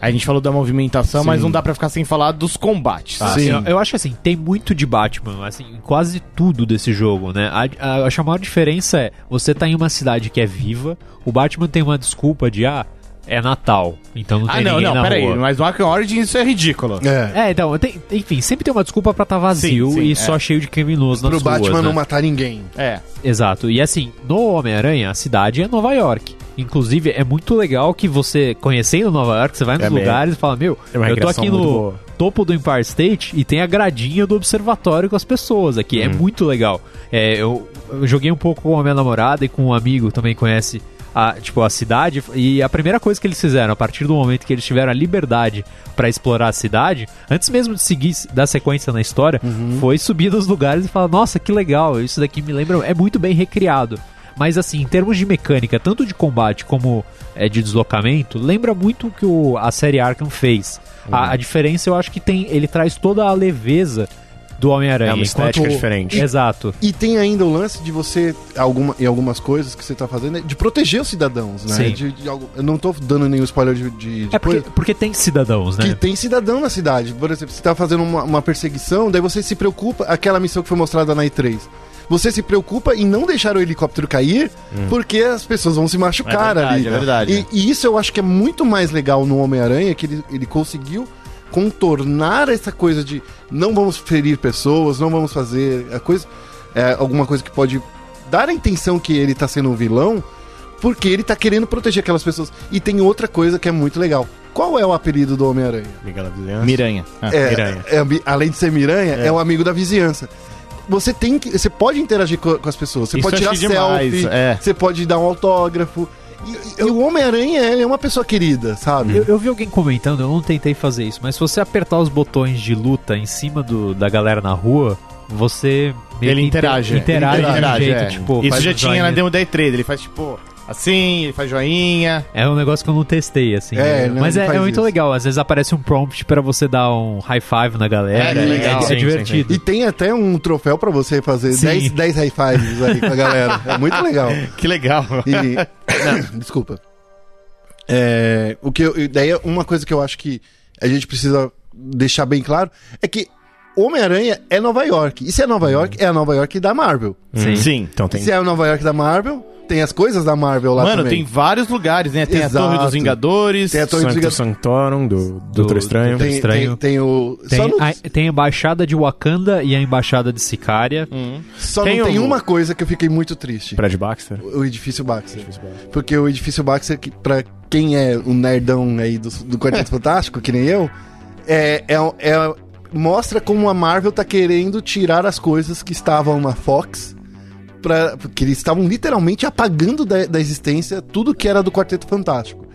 Speaker 1: a gente falou da movimentação, mas não dá pra ficar sem falar dos combates.
Speaker 3: Ah, assim, eu- eu acho assim, tem muito de Batman, assim, em quase tudo desse jogo, né? A, a, eu acho a maior diferença é, você tá em uma cidade que é viva, o Batman tem uma desculpa de, ah, é Natal, então não tem
Speaker 1: Ah, não,
Speaker 3: ninguém
Speaker 1: não,
Speaker 3: na
Speaker 1: peraí.
Speaker 4: é
Speaker 3: rua.
Speaker 1: Mas no Arkham Origins isso é ridículo.
Speaker 2: É.
Speaker 3: É, então, tem- enfim, sempre tem uma desculpa pra tá vazio
Speaker 1: Sim, sim,
Speaker 3: e
Speaker 1: é.
Speaker 3: só cheio de criminoso nas
Speaker 2: Pro
Speaker 3: ruas,
Speaker 2: Batman
Speaker 3: né?
Speaker 2: não matar ninguém.
Speaker 1: É.
Speaker 3: Exato. E assim, no Homem-Aranha, a cidade é Nova York. Inclusive, é muito legal que você, conhecendo Nova York, você vai nos
Speaker 4: É mesmo.
Speaker 3: lugares e fala, meu,
Speaker 4: É uma
Speaker 3: eu tô
Speaker 4: regressão
Speaker 3: aqui
Speaker 4: muito
Speaker 3: no
Speaker 4: boa.
Speaker 3: topo do Empire State e tem a gradinha do observatório com as pessoas aqui. É muito legal. É, eu, eu joguei um pouco com a minha namorada e com um amigo também conhece a, tipo, a cidade. E a primeira coisa que eles fizeram, a partir do momento que eles tiveram a liberdade pra explorar a cidade, antes mesmo de seguir da sequência na história, foi subir nos lugares e falar: Nossa, que legal, isso daqui me lembra. É muito bem recriado. Mas assim, em termos de mecânica, tanto de combate como é, de deslocamento, lembra muito o que o- a série Arkham fez.
Speaker 1: Uhum.
Speaker 3: A, a diferença eu acho que tem. Ele traz toda a leveza do Homem-Aranha.
Speaker 4: É uma
Speaker 3: enquanto-
Speaker 4: estética diferente.
Speaker 3: Exato.
Speaker 2: E tem ainda o lance de você, alguma, em algumas coisas que você tá fazendo, é de proteger os cidadãos, né?
Speaker 3: Sim.
Speaker 2: De- de algo- eu não tô dando nenhum spoiler de, de, de
Speaker 3: É porque,
Speaker 2: coisa.
Speaker 3: porque tem cidadãos, né?
Speaker 2: Tipo- Que tem cidadão na cidade. Por exemplo, você tá fazendo uma, uma perseguição, daí você se preocupa, aquela missão que foi mostrada na E3. Você se preocupa em não deixar o helicóptero cair,
Speaker 3: Hum.
Speaker 2: porque as pessoas vão se machucar
Speaker 1: É verdade,
Speaker 2: ali.
Speaker 1: é verdade.
Speaker 2: E, e isso eu acho que é muito mais legal no Homem-Aranha, que ele, ele conseguiu contornar essa coisa de não vamos ferir pessoas, não vamos fazer a coisa, é, alguma coisa que pode dar a intenção que ele tá sendo um vilão, porque ele tá querendo proteger aquelas pessoas. E tem outra coisa que é muito legal. Qual é o apelido do Homem-Aranha?
Speaker 1: Miranha. Ah.
Speaker 2: É,
Speaker 4: Miranha.
Speaker 2: é ami- além de ser Miranha, é. um amigo da vizinhança. Você tem que. Você pode interagir co- com, as pessoas, você
Speaker 1: Isso
Speaker 2: pode
Speaker 1: eu
Speaker 2: tirar
Speaker 1: achei demais,
Speaker 2: selfie,
Speaker 1: é.
Speaker 2: você pode dar um autógrafo. E, e o Homem-Aranha ele é uma pessoa querida, sabe?
Speaker 3: Eu, eu vi alguém comentando, eu não tentei fazer isso, mas se você apertar os botões de luta em cima do, da galera na rua, você. meio
Speaker 1: Ele
Speaker 3: que
Speaker 1: interage.
Speaker 3: inter- Interage,
Speaker 1: Ele interage,
Speaker 3: de um jeito,
Speaker 1: é.
Speaker 3: tipo,
Speaker 1: Isso
Speaker 3: faz
Speaker 1: já
Speaker 3: um
Speaker 1: tinha
Speaker 3: joinha.
Speaker 1: na Demo Day Trade. Ele faz tipo assim, ele faz joinha.
Speaker 3: É um negócio que eu não testei, assim.
Speaker 2: É,
Speaker 3: né?
Speaker 2: não
Speaker 3: Mas é,
Speaker 2: faz
Speaker 3: é muito
Speaker 2: isso.
Speaker 3: legal. Às vezes aparece um prompt pra você dar um high five na
Speaker 1: É,
Speaker 3: galera. É,
Speaker 1: é legal.
Speaker 3: é
Speaker 1: Sim,
Speaker 3: divertido.
Speaker 2: E tem até um troféu pra você fazer
Speaker 3: Sim.
Speaker 2: 10, 10 high fives aí com a galera. É muito legal.
Speaker 1: Que legal.
Speaker 2: E- Não, desculpa. É, o que eu, daí é uma coisa que eu acho que a gente precisa deixar bem claro é que Homem-Aranha é Nova York. E se é Nova York, é a Nova York da Marvel.
Speaker 3: Sim.
Speaker 4: Então tem.
Speaker 2: Se é Nova York da Marvel, tem as coisas da Marvel lá
Speaker 1: Mano,
Speaker 2: também.
Speaker 1: tem vários lugares, né? Tem a Torre
Speaker 2: Exato.
Speaker 1: dos Vingadores.
Speaker 2: Tem a Torre-
Speaker 4: Santo Santorum, do Doutor Estranho.
Speaker 3: Doutor
Speaker 2: tem, tem,
Speaker 3: estranho.
Speaker 2: tem o...
Speaker 3: Tem,
Speaker 2: só não,
Speaker 3: a, tem a embaixada de Wakanda e a embaixada de Sicária.
Speaker 2: só
Speaker 4: tem
Speaker 2: não tem
Speaker 4: o-
Speaker 2: uma coisa que eu fiquei muito triste.
Speaker 4: Prédio Baxter.
Speaker 2: O edifício Baxter. Porque o edifício Baxter, que, pra quem é um nerdão aí do, do Quarteto Fantástico, que nem eu, é, é, é- mostra como a Marvel tá querendo tirar as coisas que estavam na Fox. Pra, porque eles estavam literalmente apagando da, da existência tudo que era do Quarteto Fantástico.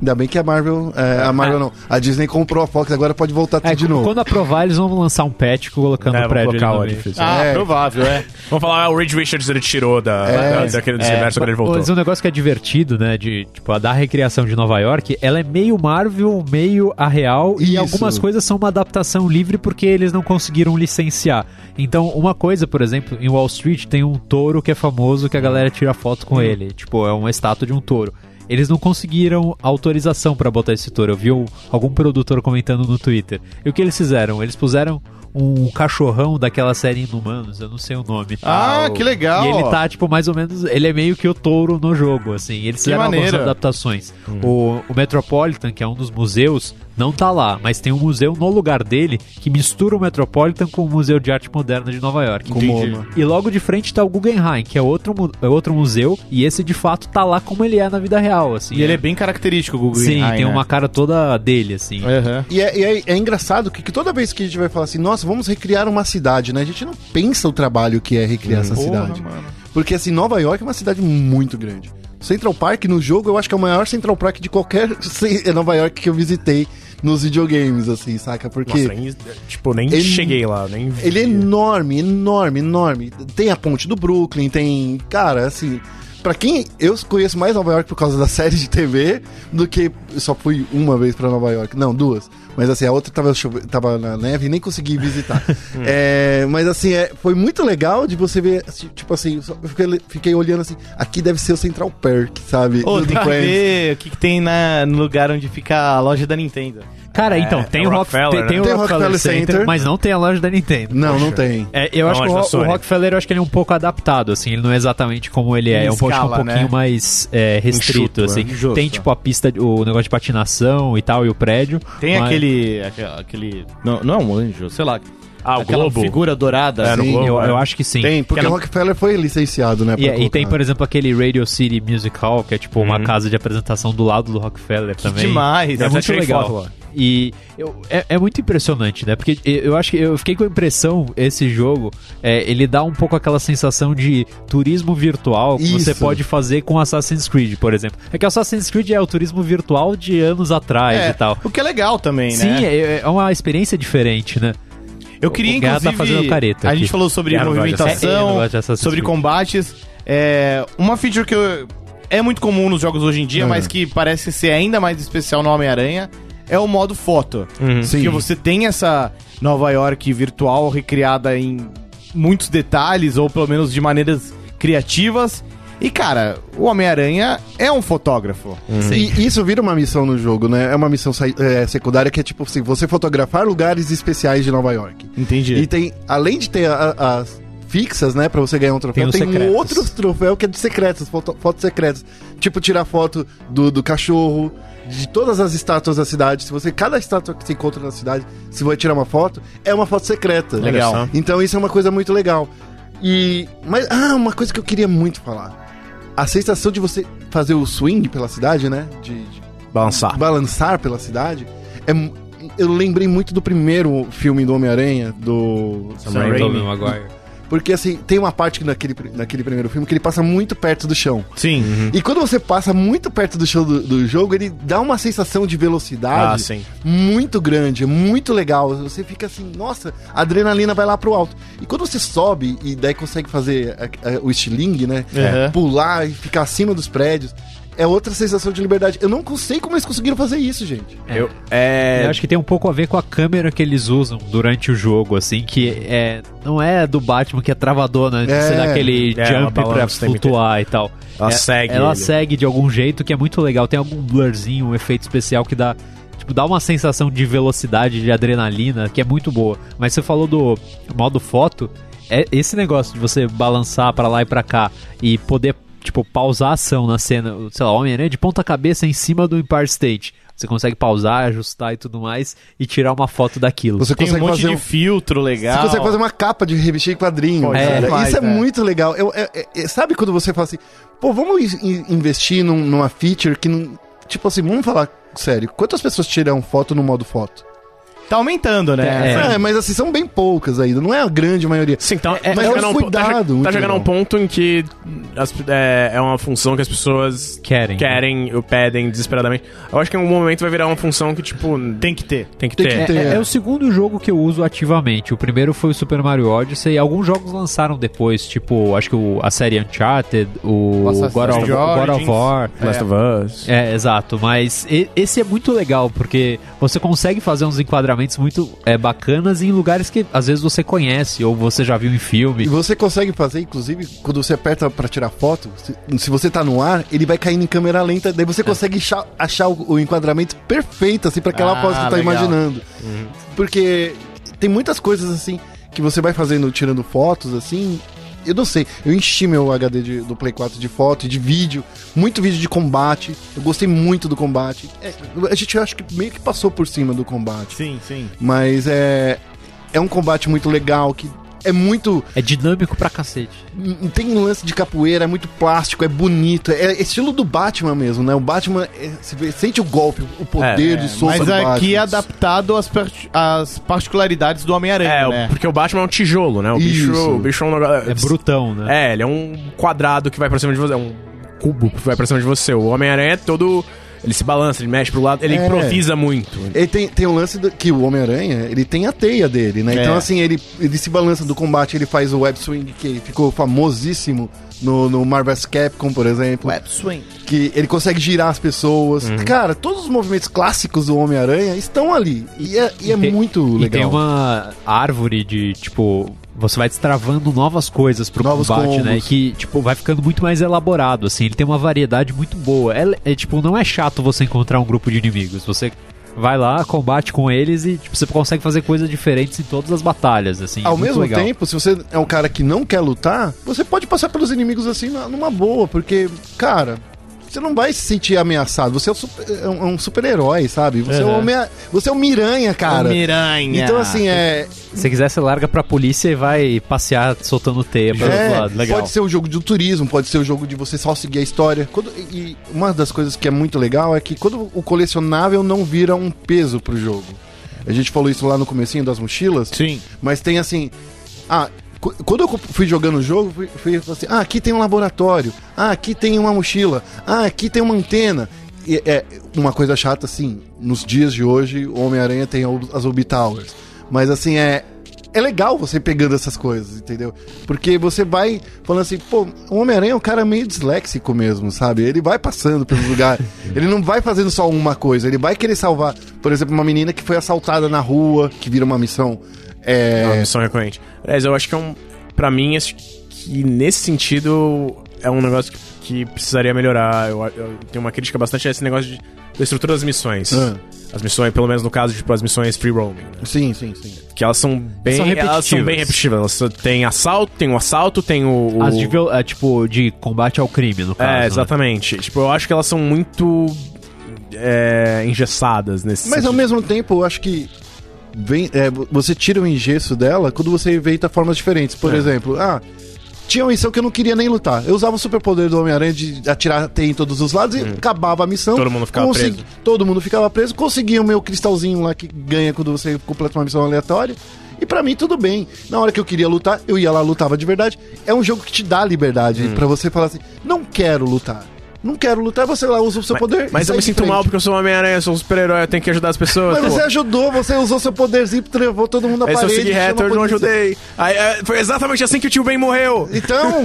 Speaker 2: Ainda bem que a Marvel. é, a Marvel não. A Disney comprou a Fox, agora pode voltar tá tudo
Speaker 3: Ah. É,
Speaker 2: de novo.
Speaker 3: quando aprovar, eles vão lançar um patch colocando
Speaker 4: É,
Speaker 3: o
Speaker 4: vou
Speaker 3: prédio
Speaker 4: colocar
Speaker 3: ali no
Speaker 4: o
Speaker 3: meio.
Speaker 4: edifício.
Speaker 1: Ah,
Speaker 2: É.
Speaker 1: provável, é.
Speaker 4: Vamos falar, ah, o Reed Richards ele tirou da, da- daquele desse universo quando ele voltou.
Speaker 3: Mas um negócio que é divertido, né? De, tipo, a da recriação de Nova York, ela é meio Marvel, meio a real. E
Speaker 2: Isso.
Speaker 3: algumas coisas são uma adaptação livre porque eles não conseguiram licenciar. Então, uma coisa, por exemplo, em Wall Street tem um touro que é famoso que a galera tira foto com ele. Tipo, é uma estátua de um touro. Eles não conseguiram autorização pra botar esse touro. Eu vi um- algum produtor comentando no Twitter. E o que eles fizeram? Eles puseram um cachorrão daquela série Inumanos, eu não sei o nome.
Speaker 1: Ah, que legal.
Speaker 3: E ele tá tá, tipo, mais ou menos. Ele é meio que o touro no jogo, assim. Eles fizeram algumas
Speaker 1: maneiro.
Speaker 3: adaptações. O, o Metropolitan, que é um dos museus, não tá lá, mas tem um museu no lugar dele que mistura o Metropolitan com o Museu de Arte Moderna de Nova York.
Speaker 2: Com o
Speaker 3: Entendi.
Speaker 2: MoMA.
Speaker 3: E logo de frente tá o Guggenheim, que é outro, mu- é outro museu, e esse de fato tá lá como ele é na vida real, assim.
Speaker 1: E ele é né? bem característico, o Google.
Speaker 3: Sim, tem uma cara toda dele, assim.
Speaker 2: E é, e é- é engraçado que, que toda vez que a gente vai falar assim, nossa, vamos recriar uma cidade, né? A gente não pensa o trabalho que é recriar
Speaker 3: Hum.
Speaker 2: essa cidade. Porque assim, Nova York é uma cidade muito grande. Central Park, no jogo, eu acho que é o maior Central Park de qualquer ce- Nova York que eu visitei nos videogames, assim, saca? Porque.
Speaker 4: Nossa, nem, tipo, nem
Speaker 2: Ele-
Speaker 4: cheguei lá, nem vi.
Speaker 2: Ele é enorme, enorme, enorme. Tem a ponte do Brooklyn, tem. Cara, assim. Pra quem. Eu conheço mais Nova York por causa da série de TV do que. Eu só fui uma vez pra Nova York. Não, duas. Mas assim, a outra tava, chove- tava na neve e nem consegui visitar.
Speaker 3: Hum.
Speaker 2: É, mas assim, é, foi muito legal de você ver. assim, Tipo assim, eu só- eu fiquei, fiquei olhando assim. Aqui deve ser o Central Perk, sabe?
Speaker 1: Ô,
Speaker 2: Do
Speaker 3: tá
Speaker 1: tem que
Speaker 2: Queens.
Speaker 1: ver o que, que tem na, no lugar onde fica a loja da Nintendo.
Speaker 3: Cara, então,
Speaker 4: é
Speaker 3: tem,
Speaker 4: o
Speaker 3: o Rock-
Speaker 4: Rockefeller,
Speaker 3: tem- tem
Speaker 4: né?
Speaker 3: o
Speaker 2: Tem o
Speaker 3: Rockefeller,
Speaker 2: Rockefeller
Speaker 3: Center,
Speaker 2: Center.
Speaker 3: mas não tem a loja da Nintendo.
Speaker 2: Não, não tem.
Speaker 3: É, eu acho
Speaker 4: Não,
Speaker 3: que
Speaker 4: acho
Speaker 3: o,
Speaker 4: da
Speaker 3: Ro- o
Speaker 4: Sony.
Speaker 3: Rockefeller, eu acho que ele é um pouco adaptado, assim, ele não é exatamente como ele é,
Speaker 1: Em
Speaker 3: é um, pouco-
Speaker 1: escala,
Speaker 3: um pouquinho
Speaker 1: né?
Speaker 3: mais é, restrito,
Speaker 4: Enxuto,
Speaker 3: assim.
Speaker 4: é, justo.
Speaker 3: Tem, tipo, a pista, de- o negócio de patinação e tal, e o prédio.
Speaker 1: Tem
Speaker 3: mas-
Speaker 1: aquele, aquele. Não, não é um anjo, sei lá.
Speaker 4: Ah, o
Speaker 1: Aquela
Speaker 4: Globo.
Speaker 1: figura dourada.
Speaker 4: É, no
Speaker 1: assim.
Speaker 4: Globo.
Speaker 3: eu,
Speaker 4: é.
Speaker 3: eu acho que sim.
Speaker 2: Tem, porque
Speaker 4: Aquela-
Speaker 2: Rockefeller foi licenciado, né? pra
Speaker 3: E, é, e tem,
Speaker 2: colocar.
Speaker 3: por exemplo, aquele Radio City Music Hall, que é tipo uma
Speaker 4: Uhum.
Speaker 3: casa de apresentação do lado do Rockefeller também.
Speaker 1: demais.
Speaker 3: É
Speaker 1: Eu já
Speaker 3: muito
Speaker 4: tirei
Speaker 3: legal.
Speaker 4: foto lá.
Speaker 3: E eu- é, é muito impressionante, né? Porque eu eu acho que eu fiquei com a impressão, esse jogo, é, ele dá um pouco aquela sensação de turismo virtual que você
Speaker 2: Isso.
Speaker 3: pode fazer com Assassin's Creed, por exemplo. É que Assassin's Creed é o turismo virtual de anos atrás
Speaker 1: É,
Speaker 3: e tal.
Speaker 1: O que é legal também,
Speaker 3: Sim,
Speaker 1: né?
Speaker 3: é, é uma experiência diferente, né?
Speaker 1: Eu queria,
Speaker 3: O Guerra tá
Speaker 1: inclusive...
Speaker 3: fazendo careta
Speaker 1: a
Speaker 3: aqui.
Speaker 1: gente falou sobre
Speaker 4: Guerra não gosta de
Speaker 3: Assassin's Creed. É, eu não
Speaker 1: movimentação,
Speaker 3: gosto de Assassin's
Speaker 1: sobre
Speaker 3: Creed.
Speaker 1: combates. É, uma feature que eu- é muito comum nos jogos hoje em
Speaker 3: Uhum.
Speaker 1: dia,
Speaker 2: É.
Speaker 1: mas que parece ser ainda mais especial no Homem-Aranha, é o modo foto.
Speaker 3: Uhum.
Speaker 2: Sim.
Speaker 1: Porque você tem essa Nova York virtual recriada em muitos detalhes, ou pelo menos de maneiras criativas. E, cara, o Homem-Aranha é um fotógrafo.
Speaker 3: Uhum.
Speaker 2: E isso vira uma missão no jogo, né? É uma missão sai- é, secundária que é tipo assim, você fotografar lugares especiais de Nova York.
Speaker 1: Entendi.
Speaker 2: E tem, além de ter a- a- as fixas, né, pra você ganhar um
Speaker 3: Tem
Speaker 2: troféu,
Speaker 3: os
Speaker 2: tem, um
Speaker 3: secretos.
Speaker 2: outro troféu que é de secretos, foto- fotos secretas. Tipo, tirar foto do, do cachorro, de todas as estátuas da cidade. Se você, cada estátua que você encontra na cidade, se você tirar uma foto, é uma foto secreta.
Speaker 1: Legal.
Speaker 4: Olha só.
Speaker 2: Então isso é uma coisa muito legal. E. Mas. Ah, uma coisa que eu queria muito falar. A sensação de você fazer o swing pela cidade, né? De, de
Speaker 4: Balançar.
Speaker 2: balançar pela cidade. É, mu- eu lembrei muito do primeiro filme do Homem-Aranha, do.
Speaker 4: Sam Raimi.
Speaker 3: Tobey Maguire.
Speaker 2: Porque assim, tem uma parte naquele, pri- naquele primeiro filme que ele passa muito perto do chão.
Speaker 1: Sim.
Speaker 3: Uhum.
Speaker 2: E quando você passa muito perto do chão do, do jogo, ele dá uma sensação de velocidade
Speaker 4: Ah, sim.
Speaker 2: muito grande, é muito legal. Você fica assim, nossa, a adrenalina vai lá pro alto. E quando você sobe e daí consegue fazer a- a- o estilingue, né?
Speaker 4: É.
Speaker 1: Uhum.
Speaker 2: Pular e ficar acima dos prédios. É outra sensação de liberdade. Eu não sei como eles conseguiram fazer isso, gente.
Speaker 4: Eu, é,
Speaker 3: Eu acho que tem um pouco a ver com a câmera que eles usam durante o jogo, assim, que é, não é do Batman que é travadona,
Speaker 2: É.
Speaker 3: né? você dá aquele
Speaker 4: É, ela
Speaker 3: jump pra
Speaker 4: balança o tempo
Speaker 3: flutuar e tal.
Speaker 4: Ela
Speaker 3: É-
Speaker 4: segue
Speaker 3: Ela
Speaker 4: ele.
Speaker 3: segue de algum jeito que é muito legal. Tem algum blurzinho, um efeito especial que dá. Tipo, dá uma sensação de velocidade, de adrenalina, que é muito boa. Mas você falou do modo foto. É esse negócio de você balançar pra lá e pra cá e poder, tipo, pausar a ação na cena. Sei lá, o Homem-Aranha né, de ponta cabeça em cima do Empire State. Você consegue pausar, ajustar e tudo mais e tirar uma foto daquilo.
Speaker 2: Você
Speaker 1: Tem um
Speaker 2: consegue
Speaker 1: monte
Speaker 2: fazer
Speaker 1: de
Speaker 2: um-
Speaker 1: filtro legal.
Speaker 2: Você consegue fazer uma capa de revistinha em quadrinho.
Speaker 1: Pode,
Speaker 2: cara.
Speaker 1: é.
Speaker 2: Isso é,
Speaker 1: Demais, né?
Speaker 2: muito legal. Eu- é- é- é- sabe quando você fala assim, pô, vamos in- in- investir num- numa feature que não. Tipo assim, vamos falar sério. Quantas pessoas tiram foto no modo foto?
Speaker 1: Tá aumentando, né?
Speaker 2: É, mas assim, são bem poucas ainda. Não é a grande maioria.
Speaker 4: Sim, então
Speaker 2: É, mas é um
Speaker 4: po-
Speaker 2: cuidado
Speaker 4: tá, che-
Speaker 2: muito
Speaker 4: tá chegando a um
Speaker 2: legal.
Speaker 4: ponto em que as- é, é uma função que as pessoas
Speaker 3: Querem.
Speaker 4: querem né? ou pedem desesperadamente. Eu acho que em algum momento vai virar uma função que, tipo, tem,
Speaker 1: Tem que ter.
Speaker 4: tem que
Speaker 2: tem
Speaker 4: ter.
Speaker 2: que
Speaker 3: É,
Speaker 2: ter.
Speaker 3: é- é o segundo jogo que eu uso ativamente. O primeiro foi o Super Mario Odyssey. e Alguns jogos lançaram depois, tipo, acho que o- a série Uncharted, o
Speaker 1: O Assassin's
Speaker 3: God of,
Speaker 1: Creed
Speaker 3: God of
Speaker 1: Origins.
Speaker 3: War.
Speaker 4: Last of Us.
Speaker 3: É, exato. Mas e- esse é muito legal, porque você consegue fazer uns enquadramentos muito é, bacanas em lugares que às vezes você conhece ou você já viu em filme.
Speaker 2: E você consegue fazer, inclusive, quando você aperta pra tirar foto, se, se você tá no ar, ele vai caindo em câmera lenta, daí
Speaker 1: É.
Speaker 2: você consegue cha- achar o, o enquadramento perfeito, assim, pra aquela
Speaker 1: Ah,
Speaker 2: foto que você tá
Speaker 1: legal. Uhum.
Speaker 2: imaginando. Porque tem muitas coisas, assim, que você vai fazendo, tirando fotos, assim. Eu não sei, eu enchi meu HD de- do Play 4 de foto e de vídeo, muito vídeo de combate. Eu gostei muito do combate. É, a gente acho que meio que passou por cima do combate.
Speaker 1: Sim, sim.
Speaker 2: Mas é. É um combate muito legal, que é muito.
Speaker 3: É dinâmico pra cacete.
Speaker 2: Hum, Tem um lance de capoeira, é muito plástico, é bonito. É estilo do Batman mesmo, né? O Batman é, você vê- sente o golpe, o poder de soco
Speaker 1: Mas
Speaker 2: do
Speaker 1: aqui é
Speaker 2: Batman.
Speaker 1: adaptado às, parti- às particularidades do Homem-Aranha,
Speaker 4: É, o-
Speaker 1: né?
Speaker 4: porque o Batman é um tijolo, né? O bicho,
Speaker 2: Isso.
Speaker 4: o bicho é um negócio.
Speaker 3: É brutão, né?
Speaker 4: É, ele é um quadrado que vai pra cima de você, é um cubo que vai pra cima de você. O Homem-Aranha é todo. Ele se balança, ele mexe pro lado, ele
Speaker 2: É.
Speaker 4: improvisa muito.
Speaker 2: Ele tem, tem um lance do- que o Homem-Aranha, ele tem a teia dele, né?
Speaker 1: É.
Speaker 2: Então, assim, ele, ele se balança do combate, ele faz o web swing que ficou famosíssimo no, no Marvel's Capcom, por exemplo.
Speaker 1: É, Web swing.
Speaker 2: Que ele consegue girar as pessoas. Cara, todos os movimentos clássicos do Homem-Aranha estão ali. E é, e é
Speaker 3: tem-
Speaker 2: muito
Speaker 3: E
Speaker 2: legal.
Speaker 3: tem um uma árvore de, tipo, você vai destravando novas coisas pro
Speaker 2: Novos
Speaker 3: combate, né?
Speaker 2: combos.
Speaker 3: Que, tipo, vai ficando muito mais elaborado, assim. Ele tem uma variedade muito boa. É, é, tipo, não é chato você encontrar um grupo de inimigos. Você vai lá, combate com eles e, tipo, você consegue fazer coisas diferentes em todas as batalhas, assim. é
Speaker 2: Ao
Speaker 3: muito
Speaker 2: mesmo
Speaker 3: legal.
Speaker 2: tempo, se você é um cara que não quer lutar, você pode passar pelos inimigos assim na- numa boa, porque, cara, Você não vai se sentir ameaçado. Você é um super- é um é um super-herói, sabe? Você, é um
Speaker 3: Uhum. É
Speaker 2: homea- você é um miranha, cara.
Speaker 1: Miranha.
Speaker 2: Então, assim, é,
Speaker 3: Se quiser, você larga pra polícia e vai passear soltando teia pra
Speaker 2: É,
Speaker 3: outro lado. Legal.
Speaker 2: Pode ser o jogo de turismo, pode ser o jogo de você só seguir a história. Quando- e e uma das coisas que é muito legal é que quando o colecionável não vira um peso pro jogo. A gente falou isso lá no comecinho das mochilas,
Speaker 1: Sim.
Speaker 2: mas tem assim. Ah, cu- quando eu fui jogando o jogo, fui, fui falando assim: ah, aqui tem um laboratório, ah, aqui tem uma mochila, ah, aqui tem uma antena. E é uma coisa chata, assim, nos dias de hoje, o Homem-Aranha tem ob- as Obi Towers. Mas assim, é. É legal você pegando essas coisas, entendeu? Porque você vai falando assim, pô, o Homem-Aranha é um cara meio disléxico mesmo, sabe? Ele vai passando pelo lugar. ele não vai fazendo só uma coisa, ele vai querer salvar, por exemplo, uma menina que foi assaltada na rua, que vira uma missão. É...
Speaker 4: É uma missão recorrente. Aliás, eu acho que é um. Pra mim, acho que nesse sentido é um negócio que, que precisaria melhorar. Eu, eu tenho uma crítica bastante a esse negócio de, da estrutura das missões.
Speaker 2: Ah.
Speaker 4: As missões, pelo menos no caso, tipo, as missões free roaming. né?
Speaker 2: Sim, sim, sim.
Speaker 4: Que elas são bem. elas são
Speaker 3: São repetitivas.
Speaker 4: bem repetitivas. Elas só- tem assalto, tem o assalto, tem o. o-
Speaker 3: As de, viol- é, tipo, de combate ao crime, no caso.
Speaker 4: É,
Speaker 3: né?
Speaker 4: exatamente. Tipo, eu acho que elas são muito. É, engessadas nesse
Speaker 2: Mas é ao
Speaker 4: sentido.
Speaker 2: mesmo tempo, eu acho que vem, é, vo- você tira o engesso dela quando você inventa formas diferentes. Por
Speaker 4: É.
Speaker 2: exemplo, ah, tinha uma missão que eu não queria nem lutar. Eu usava o superpoder do Homem-Aranha de atirar teia em todos os lados e acabava a missão.
Speaker 4: Uhum. Todo mundo ficava preso.
Speaker 2: Todo mundo ficava preso. Conseguia o meu cristalzinho lá que ganha quando você completa uma missão aleatória. E pra mim tudo bem. Na hora que eu queria lutar, eu ia lá lutava de verdade. É um jogo que te dá liberdade
Speaker 4: Uhum.
Speaker 2: pra você falar assim: "Não quero lutar". Não quero lutar, você lá usa o seu poder. e
Speaker 4: Mas eu
Speaker 2: sai
Speaker 4: me
Speaker 2: de
Speaker 4: sinto
Speaker 2: frente.
Speaker 4: mal porque eu sou uma Homem-Aranha, eu sou um super-herói, eu tenho que ajudar as pessoas.
Speaker 2: Mas
Speaker 4: pô.
Speaker 2: você ajudou, você usou seu poderzinho, travou todo mundo na
Speaker 4: Aí se eu
Speaker 2: parede.
Speaker 4: segui reto,
Speaker 2: chama
Speaker 4: eu não
Speaker 2: a polícia.
Speaker 4: ajudei. Aí, é, foi exatamente assim que o tio Ben morreu.
Speaker 2: Então,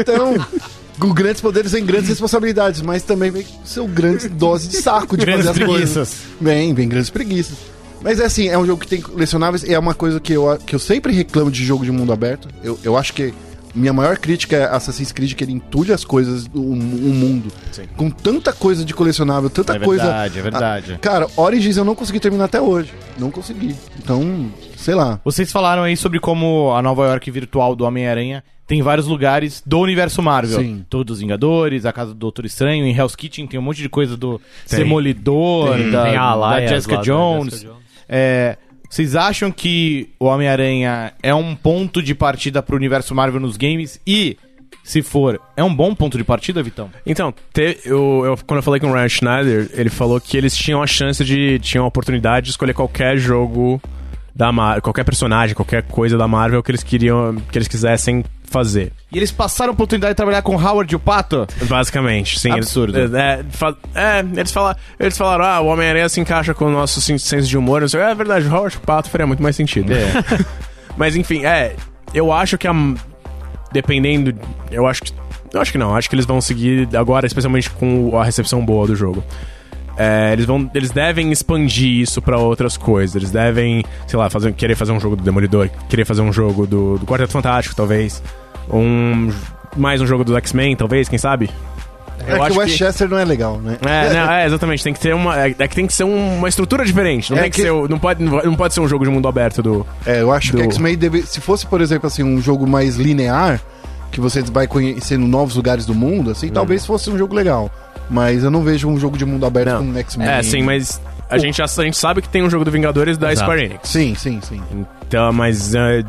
Speaker 2: então. Com grandes poderes vem grandes responsabilidades, mas também vem com seu grande dose de saco de
Speaker 1: Grandes
Speaker 2: fazer as
Speaker 1: preguiças.
Speaker 2: coisas. Vem, vem grandes preguiças. Mas é assim, é um jogo que tem colecionáveis e é uma coisa que eu, que eu sempre reclamo de jogo de mundo aberto. Eu, eu acho que minha maior crítica é Assassin's Creed, que ele entulha as coisas, o, o mundo.
Speaker 4: Sim.
Speaker 2: Com tanta coisa de colecionável, tanta
Speaker 1: É
Speaker 2: coisa.
Speaker 1: verdade, é verdade.
Speaker 2: Ah, cara, Origins eu não consegui terminar até hoje. Não consegui. Então, sei lá.
Speaker 1: Vocês falaram aí sobre como a Nova York virtual do Homem-Aranha tem vários lugares do universo Marvel.
Speaker 2: Sim.
Speaker 1: Todos os Vingadores, a casa do Doutor Estranho, em Hell's Kitchen tem um monte de coisa do Demolidor, da,
Speaker 3: Tem
Speaker 1: da
Speaker 3: a Alliance
Speaker 1: Jessica
Speaker 3: lá da
Speaker 1: Jones.
Speaker 3: Jessica Jones.
Speaker 1: É, vocês acham que o Homem-Aranha é um ponto de partida pro universo Marvel nos games? E, se for, é um bom ponto de partida, Vitão?
Speaker 4: Então, te- eu, eu- quando eu falei com o Ryan Schneider, ele falou que eles tinham a chance de. tinham a oportunidade de escolher qualquer jogo da Marvel, qualquer personagem, qualquer coisa da Marvel que eles queriam. que eles quisessem fazer.
Speaker 1: E eles passaram a oportunidade de trabalhar com Howard e o Pato?
Speaker 4: Basicamente, sim.
Speaker 1: Absurdo.
Speaker 4: Eles- É, fa- é, eles, fala- eles falaram, ah, o Homem-Aranha se encaixa com o nosso sen- senso de humor. Eu sei, é verdade, o Howard Pato faria muito mais sentido. Mas enfim, é. Eu acho que a. Dependendo. Eu acho que. Eu acho que não. Acho que eles vão seguir agora, especialmente com o- a recepção boa do jogo. É, eles vão. Eles devem expandir isso pra outras coisas. Eles devem, sei lá, fazer, querer fazer um jogo do Demolidor, querer fazer um jogo do, do Quarteto Fantástico, talvez. Um. Mais um jogo do X-Men, talvez, quem sabe?
Speaker 2: é que o Westchester não é legal, né?
Speaker 4: É, não, é, exatamente. Tem que ter uma. É, é que tem que ser uma estrutura diferente. Não
Speaker 2: É
Speaker 4: tem que,
Speaker 2: que-
Speaker 4: ser. o- Não pode, não pode ser um jogo de mundo aberto do.
Speaker 2: É, eu acho que
Speaker 4: Do-
Speaker 2: X-Men deve. Se fosse, por exemplo, assim, um jogo mais linear, que você vai conhecendo novos lugares do mundo, assim, talvez fosse um jogo legal. Mas eu não vejo um jogo de mundo aberto
Speaker 4: Não.
Speaker 2: com X-Men.
Speaker 4: É, sim, mas a gente, já- a gente sabe que tem um jogo do Vingadores da
Speaker 3: Exato.
Speaker 4: Square Enix.
Speaker 2: Sim, sim, sim.
Speaker 4: Então, mas eh,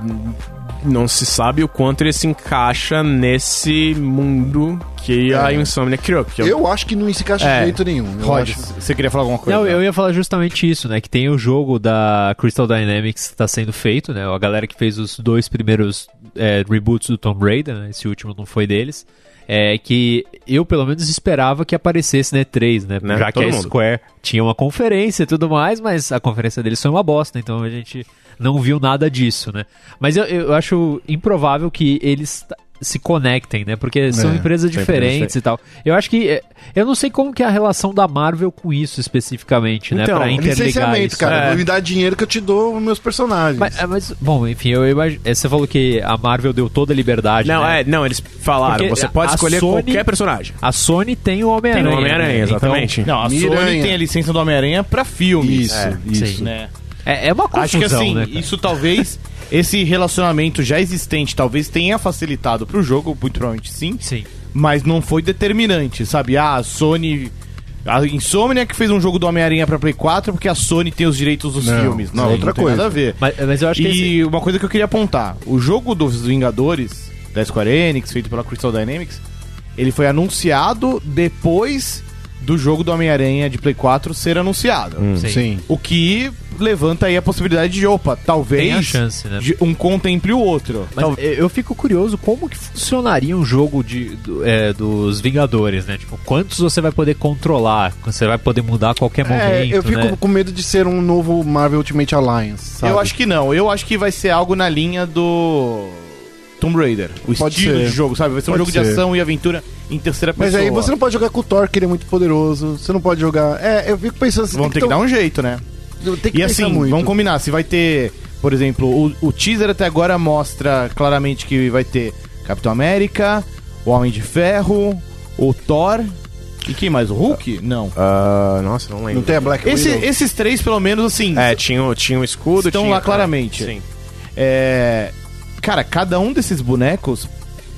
Speaker 4: não se sabe o quanto ele se encaixa nesse mundo que a
Speaker 2: É.
Speaker 4: Insomnia criou. porque
Speaker 2: Eu acho que não se encaixa
Speaker 4: É.
Speaker 2: de jeito nenhum. Eu
Speaker 1: Rod,
Speaker 2: acho.
Speaker 1: você queria falar alguma coisa?
Speaker 3: Não, eu ia falar justamente isso, né? Que tem o jogo da Crystal Dynamics que tá sendo feito, né? A galera que fez os dois primeiros é, reboots do Tomb Raider, né? Esse último não foi deles. É que eu, pelo menos, esperava que aparecesse na E3, né?
Speaker 4: Né?
Speaker 3: Já que
Speaker 4: Todo
Speaker 3: a
Speaker 4: mundo.
Speaker 3: Square tinha uma conferência e tudo mais, mas a conferência deles foi uma bosta, então a gente não viu nada disso, né? Mas eu, eu acho improvável que eles t- se conectem, né? Porque são
Speaker 2: É,
Speaker 4: são empresas
Speaker 3: empresas diferentes e tal. Eu acho que. é, Eu não sei como que é a relação da Marvel com isso especificamente, né?
Speaker 4: Então,
Speaker 3: Pra interligar
Speaker 2: Licenciamento,
Speaker 3: isso.
Speaker 2: cara.
Speaker 4: É.
Speaker 2: Me dá dinheiro que eu te dou os meus personagens.
Speaker 3: Mas, é, mas, bom, enfim, eu imagino. Você falou que a Marvel deu toda a liberdade.
Speaker 4: Não,
Speaker 3: né?
Speaker 4: é, não, eles falaram,
Speaker 3: Porque
Speaker 4: você
Speaker 3: a-
Speaker 4: pode
Speaker 3: a
Speaker 4: escolher
Speaker 3: Sony-
Speaker 4: qualquer personagem.
Speaker 3: A Sony tem o Homem-Aranha.
Speaker 4: Tem o Homem-Aranha,
Speaker 3: né?
Speaker 4: exatamente.
Speaker 1: Então, Não, a Sony
Speaker 2: Miranha.
Speaker 1: tem a licença do Homem-Aranha pra filmes.
Speaker 2: Isso,
Speaker 1: É,
Speaker 2: isso.
Speaker 3: sim.
Speaker 1: né?
Speaker 3: Então, é, é uma confusão,
Speaker 1: Acho que assim,
Speaker 3: né, cara?
Speaker 1: isso talvez, esse relacionamento já existente, talvez tenha facilitado pro jogo, muito provavelmente sim.
Speaker 3: Sim.
Speaker 1: mas não foi determinante, sabe? Ah, a Sony. A Insomniac fez um jogo do Homem-Aranha pra Play 4 porque a Sony tem os direitos dos
Speaker 2: Não,
Speaker 1: filmes.
Speaker 2: não,
Speaker 1: Sim,
Speaker 2: outra
Speaker 1: tem
Speaker 2: coisa.
Speaker 1: Nada a ver.
Speaker 3: Mas, mas eu acho que é esse-
Speaker 1: E uma coisa que eu queria apontar: o jogo dos Vingadores da Square Enix, feito pela Crystal Dynamics, ele foi anunciado depois do jogo do Homem-Aranha de Play 4 ser anunciado.
Speaker 3: né, Sim.
Speaker 2: Sim.
Speaker 1: O que levanta aí a possibilidade de, opa,
Speaker 3: Tem a
Speaker 1: talvez
Speaker 3: chance, né?
Speaker 1: de um contemple o outro.
Speaker 3: Mas eu- eu fico curioso como que funcionaria um jogo de, do- é, dos Vingadores, né? Tipo, quantos você vai poder controlar? Você vai poder mudar a qualquer
Speaker 2: É,
Speaker 3: momento,
Speaker 2: eu fico
Speaker 3: né?
Speaker 2: com medo de ser um novo Marvel Ultimate Alliance, sabe?
Speaker 1: Eu acho que não. Eu acho que vai ser algo na linha do Tomb Raider. O
Speaker 2: Pode
Speaker 1: estilo
Speaker 2: ser.
Speaker 1: de jogo, sabe? Vai ser um
Speaker 2: Pode
Speaker 1: jogo de
Speaker 2: ser.
Speaker 1: ação e aventura em terceira pessoa.
Speaker 2: Mas aí você não pode jogar com o Thor, que ele é muito poderoso. Você não pode jogar. É, eu fico pensando assim.
Speaker 1: Vão ter que dar um jeito, né?
Speaker 2: um. Tem que
Speaker 1: E
Speaker 2: pensar
Speaker 1: assim,
Speaker 2: muito.
Speaker 1: vamos combinar. Se vai ter, por exemplo, o, o teaser até agora mostra claramente que vai ter Capitão América, o Homem de Ferro, o Thor. E quem mais? O Hulk? Não.
Speaker 4: Ah, nossa, não lembro.
Speaker 2: Não tem a Black
Speaker 1: Esse-
Speaker 2: Widow?
Speaker 1: esses três, pelo menos, assim,
Speaker 4: É, tinha, o- tinha um escudo.
Speaker 1: Estão
Speaker 4: tinha-
Speaker 1: lá claramente.
Speaker 4: Sim.
Speaker 1: É, Cara, cada um desses bonecos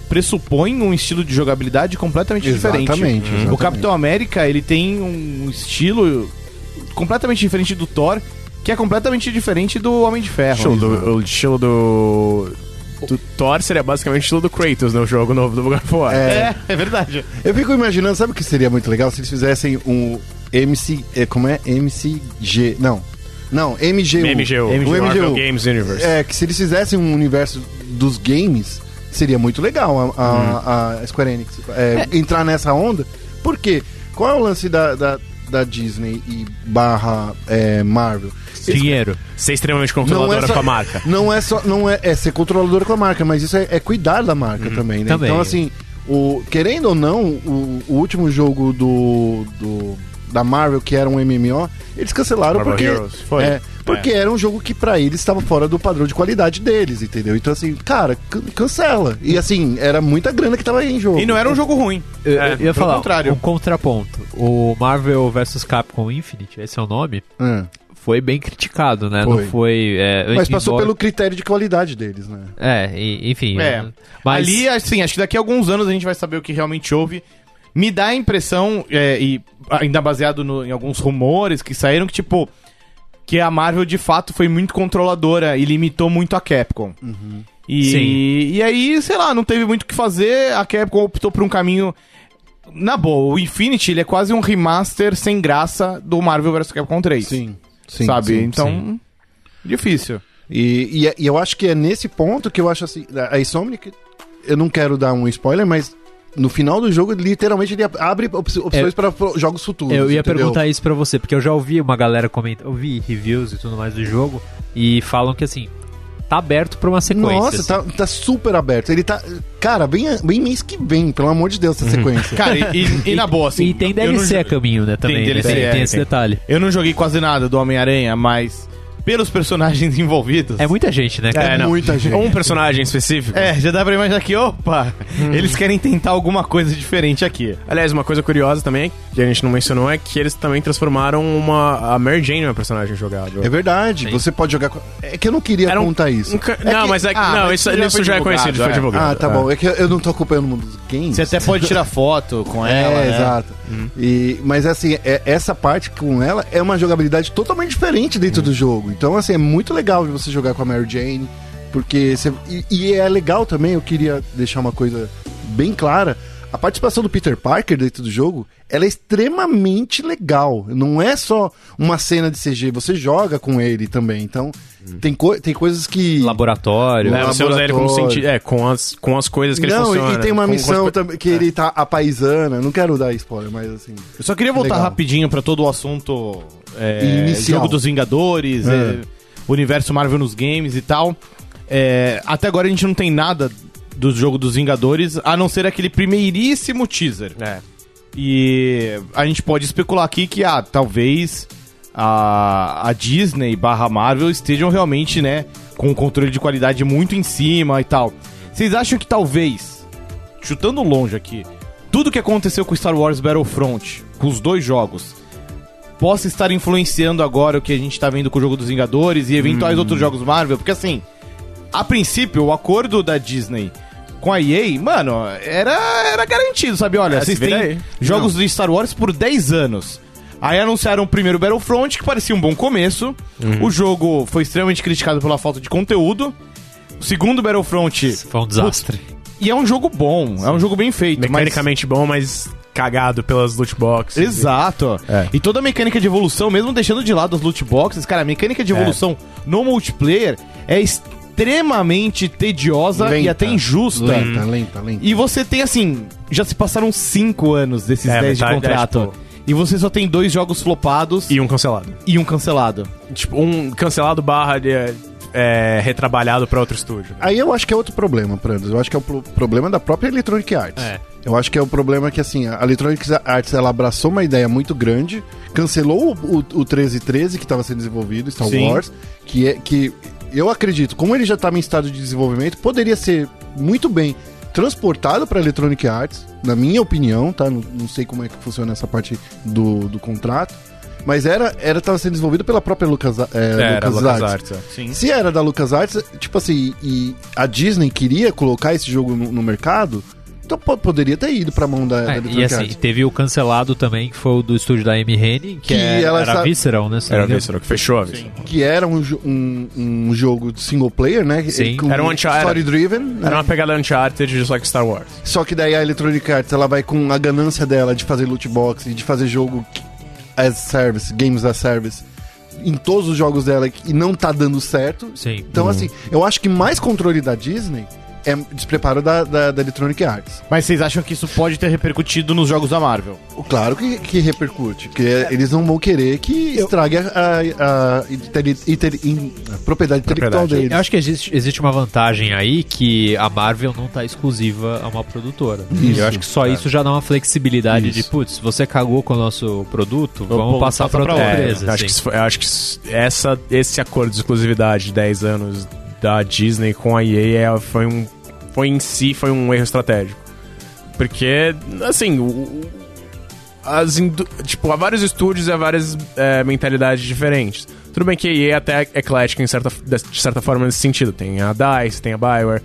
Speaker 1: pressupõe um estilo de jogabilidade completamente diferente. Uhum.
Speaker 2: Exatamente,
Speaker 1: O
Speaker 2: exatamente.
Speaker 1: Capitão América, ele tem um estilo completamente diferente do Thor, que é completamente diferente do Homem de
Speaker 4: O estilo
Speaker 1: Ferro.
Speaker 4: do, o estilo do. Do Thor seria basicamente o estilo do Kratos no jogo novo do God of War.
Speaker 1: É, é verdade.
Speaker 2: Eu fico imaginando, sabe o que seria muito legal se eles fizessem um MC. eh, Como é? MCG. Não. Não, MGU.
Speaker 4: MGU.
Speaker 2: O
Speaker 4: Marvel
Speaker 2: MGU.
Speaker 4: Games Universe.
Speaker 2: É, que se eles fizessem um universo dos games, seria muito legal a,
Speaker 4: Hum.
Speaker 2: a- a Square Enix é, entrar nessa onda. Por quê? Qual é o lance da, da, da Disney e barra é, Marvel?
Speaker 3: Dinheiro.
Speaker 4: Ser extremamente controladora
Speaker 2: é
Speaker 3: é
Speaker 2: só-
Speaker 4: com a marca.
Speaker 2: Não é só. Não é, é ser controlador com a marca, mas isso é, é cuidar da marca também, né?
Speaker 3: Também.
Speaker 2: Então, assim, o, querendo ou não, o, o último jogo do, do- da Marvel, que era um MMO, eles cancelaram
Speaker 4: Marvel
Speaker 2: porque.
Speaker 4: Heroes, foi.
Speaker 2: é, porque era um jogo que pra eles estava fora do padrão de qualidade deles, entendeu? Então, assim, cara, can- cancela. E assim, era muita grana que tava aí em jogo.
Speaker 1: E não era um jogo ruim.
Speaker 3: Eu, eu
Speaker 4: É,
Speaker 3: ia
Speaker 1: pelo
Speaker 3: falar
Speaker 1: contrário.
Speaker 3: um contraponto. O Marvel vs Capcom Infinite, esse é o nome,
Speaker 2: É.
Speaker 3: foi bem criticado, né?
Speaker 2: Foi.
Speaker 3: Não foi. é,
Speaker 2: Mas passou
Speaker 3: embora-
Speaker 2: pelo critério de qualidade deles, né?
Speaker 3: É, e- enfim.
Speaker 1: É.
Speaker 3: né? Mas
Speaker 1: Ali, assim, acho que daqui a alguns anos a gente vai saber o que realmente houve. Me dá a impressão, é, e ainda baseado no- em alguns rumores que saíram, que tipo. Que a Marvel de fato foi muito controladora e limitou muito a Capcom. E,
Speaker 3: Uhum. Sim.
Speaker 1: e aí, sei lá, não teve muito o que fazer, a Capcom optou por um caminho. Na boa, o Infinity ele é quase um remaster sem graça do Marvel vs Capcom 3.
Speaker 2: Sim. Sim,
Speaker 1: sabe?
Speaker 2: sim,
Speaker 1: então.
Speaker 2: sim.
Speaker 1: Difícil.
Speaker 2: E, e- e eu acho que é nesse ponto que eu acho assim. a- A Insomniac, eu não quero dar um spoiler, mas no final do jogo, literalmente, ele ab- abre op- opções pra para jogos futuros.
Speaker 3: Eu ia
Speaker 2: entendeu?
Speaker 3: perguntar isso pra você, porque eu já ouvi uma galera comentar, eu vi reviews e tudo mais do jogo, e falam que assim, tá aberto pra uma sequência.
Speaker 2: Nossa,
Speaker 3: assim.
Speaker 2: tá, tá super aberto. Ele tá. Cara, bem, bem mês que vem, pelo amor de Deus, essa sequência.
Speaker 1: Cara, e, e- e na boa, assim.
Speaker 3: E tem
Speaker 1: eu não
Speaker 3: DLC a caminho, né? Também. né?
Speaker 1: DLC,
Speaker 3: tem,
Speaker 1: é,
Speaker 3: tem esse
Speaker 1: tem.
Speaker 3: detalhe.
Speaker 1: Eu não joguei quase nada do Homem-Aranha, mas pelos personagens envolvidos.
Speaker 3: É muita gente, né, cara?
Speaker 4: É, não.
Speaker 2: muita gente.
Speaker 4: Um personagem específico.
Speaker 1: É, já dá pra imaginar que, opa,
Speaker 2: Hum.
Speaker 1: eles querem tentar alguma coisa diferente aqui.
Speaker 4: Aliás, uma coisa curiosa também, que a gente não mencionou, é que eles também transformaram uma, a Mary Jane numa personagem jogável.
Speaker 2: É verdade, você pode jogar. com- É que eu não queria
Speaker 4: Era um-
Speaker 2: contar isso.
Speaker 4: Um ca-
Speaker 2: É
Speaker 4: não,
Speaker 2: que-
Speaker 4: mas é que.
Speaker 1: ah,
Speaker 4: não,
Speaker 1: mas
Speaker 4: isso,
Speaker 1: isso já
Speaker 4: isso
Speaker 1: foi
Speaker 4: já é
Speaker 1: divulgado,
Speaker 4: conhecido, foi
Speaker 1: é.
Speaker 4: divulgado.
Speaker 2: Ah, tá
Speaker 4: É.
Speaker 2: bom. É que eu- eu não tô acompanhando o mundo dos games.
Speaker 1: Você até pode tirar foto com
Speaker 2: É,
Speaker 1: ela. né?
Speaker 2: exato. E, mas assim, é- essa parte com ela é uma jogabilidade totalmente diferente dentro do jogo. Então, assim, é muito legal de você jogar com a Mary Jane. Porque você- e, e é legal também, eu queria deixar uma coisa bem clara. A participação do Peter Parker dentro do jogo, ela é extremamente legal. Não é só uma cena de CG, você joga com ele também. Então, tem, co- tem coisas que...
Speaker 3: Laboratório.
Speaker 4: É, você usa ele como
Speaker 2: Laboratório.
Speaker 4: sentido. É, com as, com as coisas que ele
Speaker 2: Não, e-
Speaker 4: funciona.
Speaker 2: e tem uma
Speaker 4: com- com-
Speaker 2: missão também que ele tá a paisana. Não quero dar spoiler, mas assim...
Speaker 1: Eu só queria voltar
Speaker 2: Legal.
Speaker 1: rapidinho pra todo o assunto é,
Speaker 2: Inicial.
Speaker 1: jogo dos Vingadores,
Speaker 2: É.
Speaker 1: é, universo Marvel nos games e tal. É, até agora a gente não tem nada do jogo dos Vingadores, a não ser aquele primeiríssimo teaser.
Speaker 4: É.
Speaker 1: E a gente pode especular aqui que ah, talvez a, a Disney barra Marvel estejam realmente, né, com um controle de qualidade muito em cima e tal. Vocês acham que talvez, chutando longe aqui, tudo que aconteceu com Star Wars Battlefront, com os dois jogos, possa estar influenciando agora o que a gente tá vendo com o jogo dos
Speaker 4: Hum.
Speaker 1: Vingadores e eventuais outros jogos Marvel? Porque assim, a princípio, o acordo da Disney com a EA, mano, era, era garantido, sabe? Olha,
Speaker 4: É, se
Speaker 1: vocês
Speaker 4: vira
Speaker 1: têm
Speaker 4: aí.
Speaker 1: jogos de Star Wars por 10 anos. Aí anunciaram o primeiro Battlefront, que parecia um bom começo.
Speaker 4: Uhum.
Speaker 1: O jogo foi extremamente criticado pela falta de conteúdo. O segundo Battlefront.
Speaker 3: Foi um desastre.
Speaker 1: E é um jogo bom, é um jogo bem feito. mas-
Speaker 4: Mecanicamente bom, mas cagado pelas loot boxes.
Speaker 1: Exato.
Speaker 4: É.
Speaker 1: E toda a mecânica de evolução, mesmo deixando de lado as loot boxes, cara, a mecânica de evolução no multiplayer é extremamente tediosa e
Speaker 2: Lenta.
Speaker 1: até injusta.
Speaker 2: Lenta, lenta, lenta.
Speaker 1: E você tem assim, já se passaram 5 anos desses
Speaker 4: É,
Speaker 1: 10 de
Speaker 4: metade,
Speaker 1: contrato.
Speaker 4: é, tipo-
Speaker 1: E você só tem dois jogos flopados e,
Speaker 4: E um cancelado.
Speaker 1: um cancelado.
Speaker 4: Tipo, um cancelado barra de, é, retrabalhado pra outro estúdio.
Speaker 2: Aí eu acho que é outro problema, Prandas. Eu acho que é o pro- problema da própria Electronic Arts.
Speaker 3: É.
Speaker 2: Eu acho que é o problema que, assim, a Electronic Arts ela abraçou uma ideia muito grande, cancelou o, o, o 1313 que estava sendo desenvolvido, Star
Speaker 1: Sim.
Speaker 2: Wars, que é que eu acredito, como ele já estava em estado de desenvolvimento, poderia ser muito bem transportado para Electronic Arts, na minha opinião, tá? Não, não sei como é que funciona essa parte do, do contrato, mas era era estava sendo desenvolvido pela própria Lucas, é,
Speaker 4: era
Speaker 2: LucasArts.
Speaker 4: LucasArts, é.
Speaker 1: Sim.
Speaker 2: Se era da LucasArts, tipo assim, e a Disney queria colocar esse jogo no, no mercado, então po- poderia ter ido pra mão da, da
Speaker 3: É,
Speaker 2: Electronic
Speaker 3: e assim,
Speaker 2: Arts.
Speaker 3: teve o cancelado também, que foi o do estúdio da Amy Hennig, que,
Speaker 2: Que
Speaker 3: é-
Speaker 2: ela
Speaker 3: era
Speaker 2: está-
Speaker 3: Visceral, né? se não
Speaker 4: Era
Speaker 3: me engano.
Speaker 4: Visceral, que fechou a Visceral.
Speaker 2: Que era um, jo- um, um jogo de single player, né?
Speaker 3: Sim.
Speaker 2: Com
Speaker 4: Era um anti-
Speaker 2: Story driven.
Speaker 4: Era uma pegada Uncharted, só que Star Wars.
Speaker 2: Só que daí a Electronic Arts, ela vai com a ganância dela de fazer loot box e de fazer jogo que- as service, games as service, em todos os jogos dela e não tá dando certo.
Speaker 3: Sim.
Speaker 2: Então, assim, eu acho que mais controle da Disney é despreparo da, da, da Electronic Arts.
Speaker 1: Mas vocês acham que isso pode ter repercutido nos jogos da Marvel?
Speaker 2: Claro que, que repercute, porque eles não vão querer que estrague a, a- a intele- intele- in- a propriedade intelectual
Speaker 4: Propriedade.
Speaker 2: deles.
Speaker 3: Eu acho que existe, existe uma vantagem aí que a Marvel não tá exclusiva a uma produtora. E eu acho que só isso já dá uma flexibilidade de, putz, você cagou com o nosso produto, vamos
Speaker 1: vamos
Speaker 3: passar
Speaker 1: passar
Speaker 3: pra
Speaker 1: pra
Speaker 3: outra
Speaker 1: outra.
Speaker 3: empresa.
Speaker 4: É, eu acho
Speaker 3: assim.
Speaker 4: que, isso foi- eu acho que isso- essa, esse acordo de exclusividade de 10 anos da Disney com a EA é- foi, um, foi em si foi um erro estratégico. Porque, assim, o- o- as indu- tipo, há vários estúdios e há várias é, mentalidades diferentes. Tudo bem que a EA é até eclética em certa, de certa forma nesse sentido. Tem a DICE, tem a Bioware,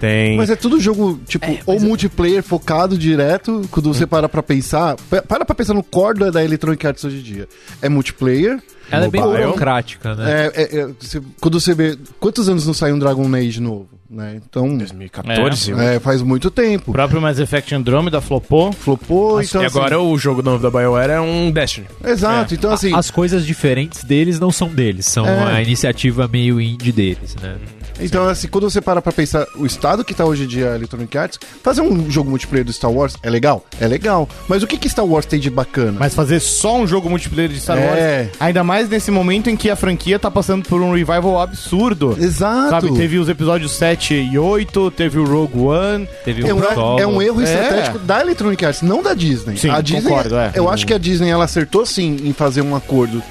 Speaker 4: tem...
Speaker 2: Mas é tudo jogo, tipo, ou multiplayer focado direto, quando você para pra pensar. pa- Para pra pensar no core da- da Electronic Arts hoje em dia. É multiplayer.
Speaker 3: Ela é bem
Speaker 2: mobile,
Speaker 3: burocrática, né?
Speaker 2: é- é- é, você- quando você vê. Quantos anos não saiu um Dragon Age novo? Né? Então.
Speaker 4: 2014,
Speaker 2: é, faz muito
Speaker 1: O
Speaker 2: tempo.
Speaker 1: próprio Mass Effect Andromeda flopou.
Speaker 2: Flopou, então.
Speaker 4: e
Speaker 2: assim,
Speaker 4: agora o jogo novo da BioWare é um Destiny.
Speaker 2: Exato, então assim.
Speaker 3: As coisas diferentes deles não são deles, são
Speaker 2: É.
Speaker 3: a iniciativa meio indie deles, né?
Speaker 2: Então, assim, quando você para pra pensar o estado que tá hoje em dia a Electronic Arts, fazer um jogo multiplayer do Star Wars é legal? É legal. Mas o que que Star Wars tem de bacana?
Speaker 1: Mas fazer só um jogo multiplayer de Star
Speaker 2: É.
Speaker 1: Wars, ainda mais nesse momento em que a franquia tá passando por um revival absurdo.
Speaker 2: Exato.
Speaker 1: Sabe, teve os episódios 7 e 8, teve o Rogue One.
Speaker 3: Teve
Speaker 2: É
Speaker 3: um
Speaker 2: um,
Speaker 3: solo.
Speaker 2: é um erro
Speaker 1: É.
Speaker 2: estratégico da Electronic Arts, não da Disney.
Speaker 1: Sim,
Speaker 2: a Disney,
Speaker 1: concordo, é.
Speaker 2: Eu acho que a Disney ela acertou sim em fazer um acordo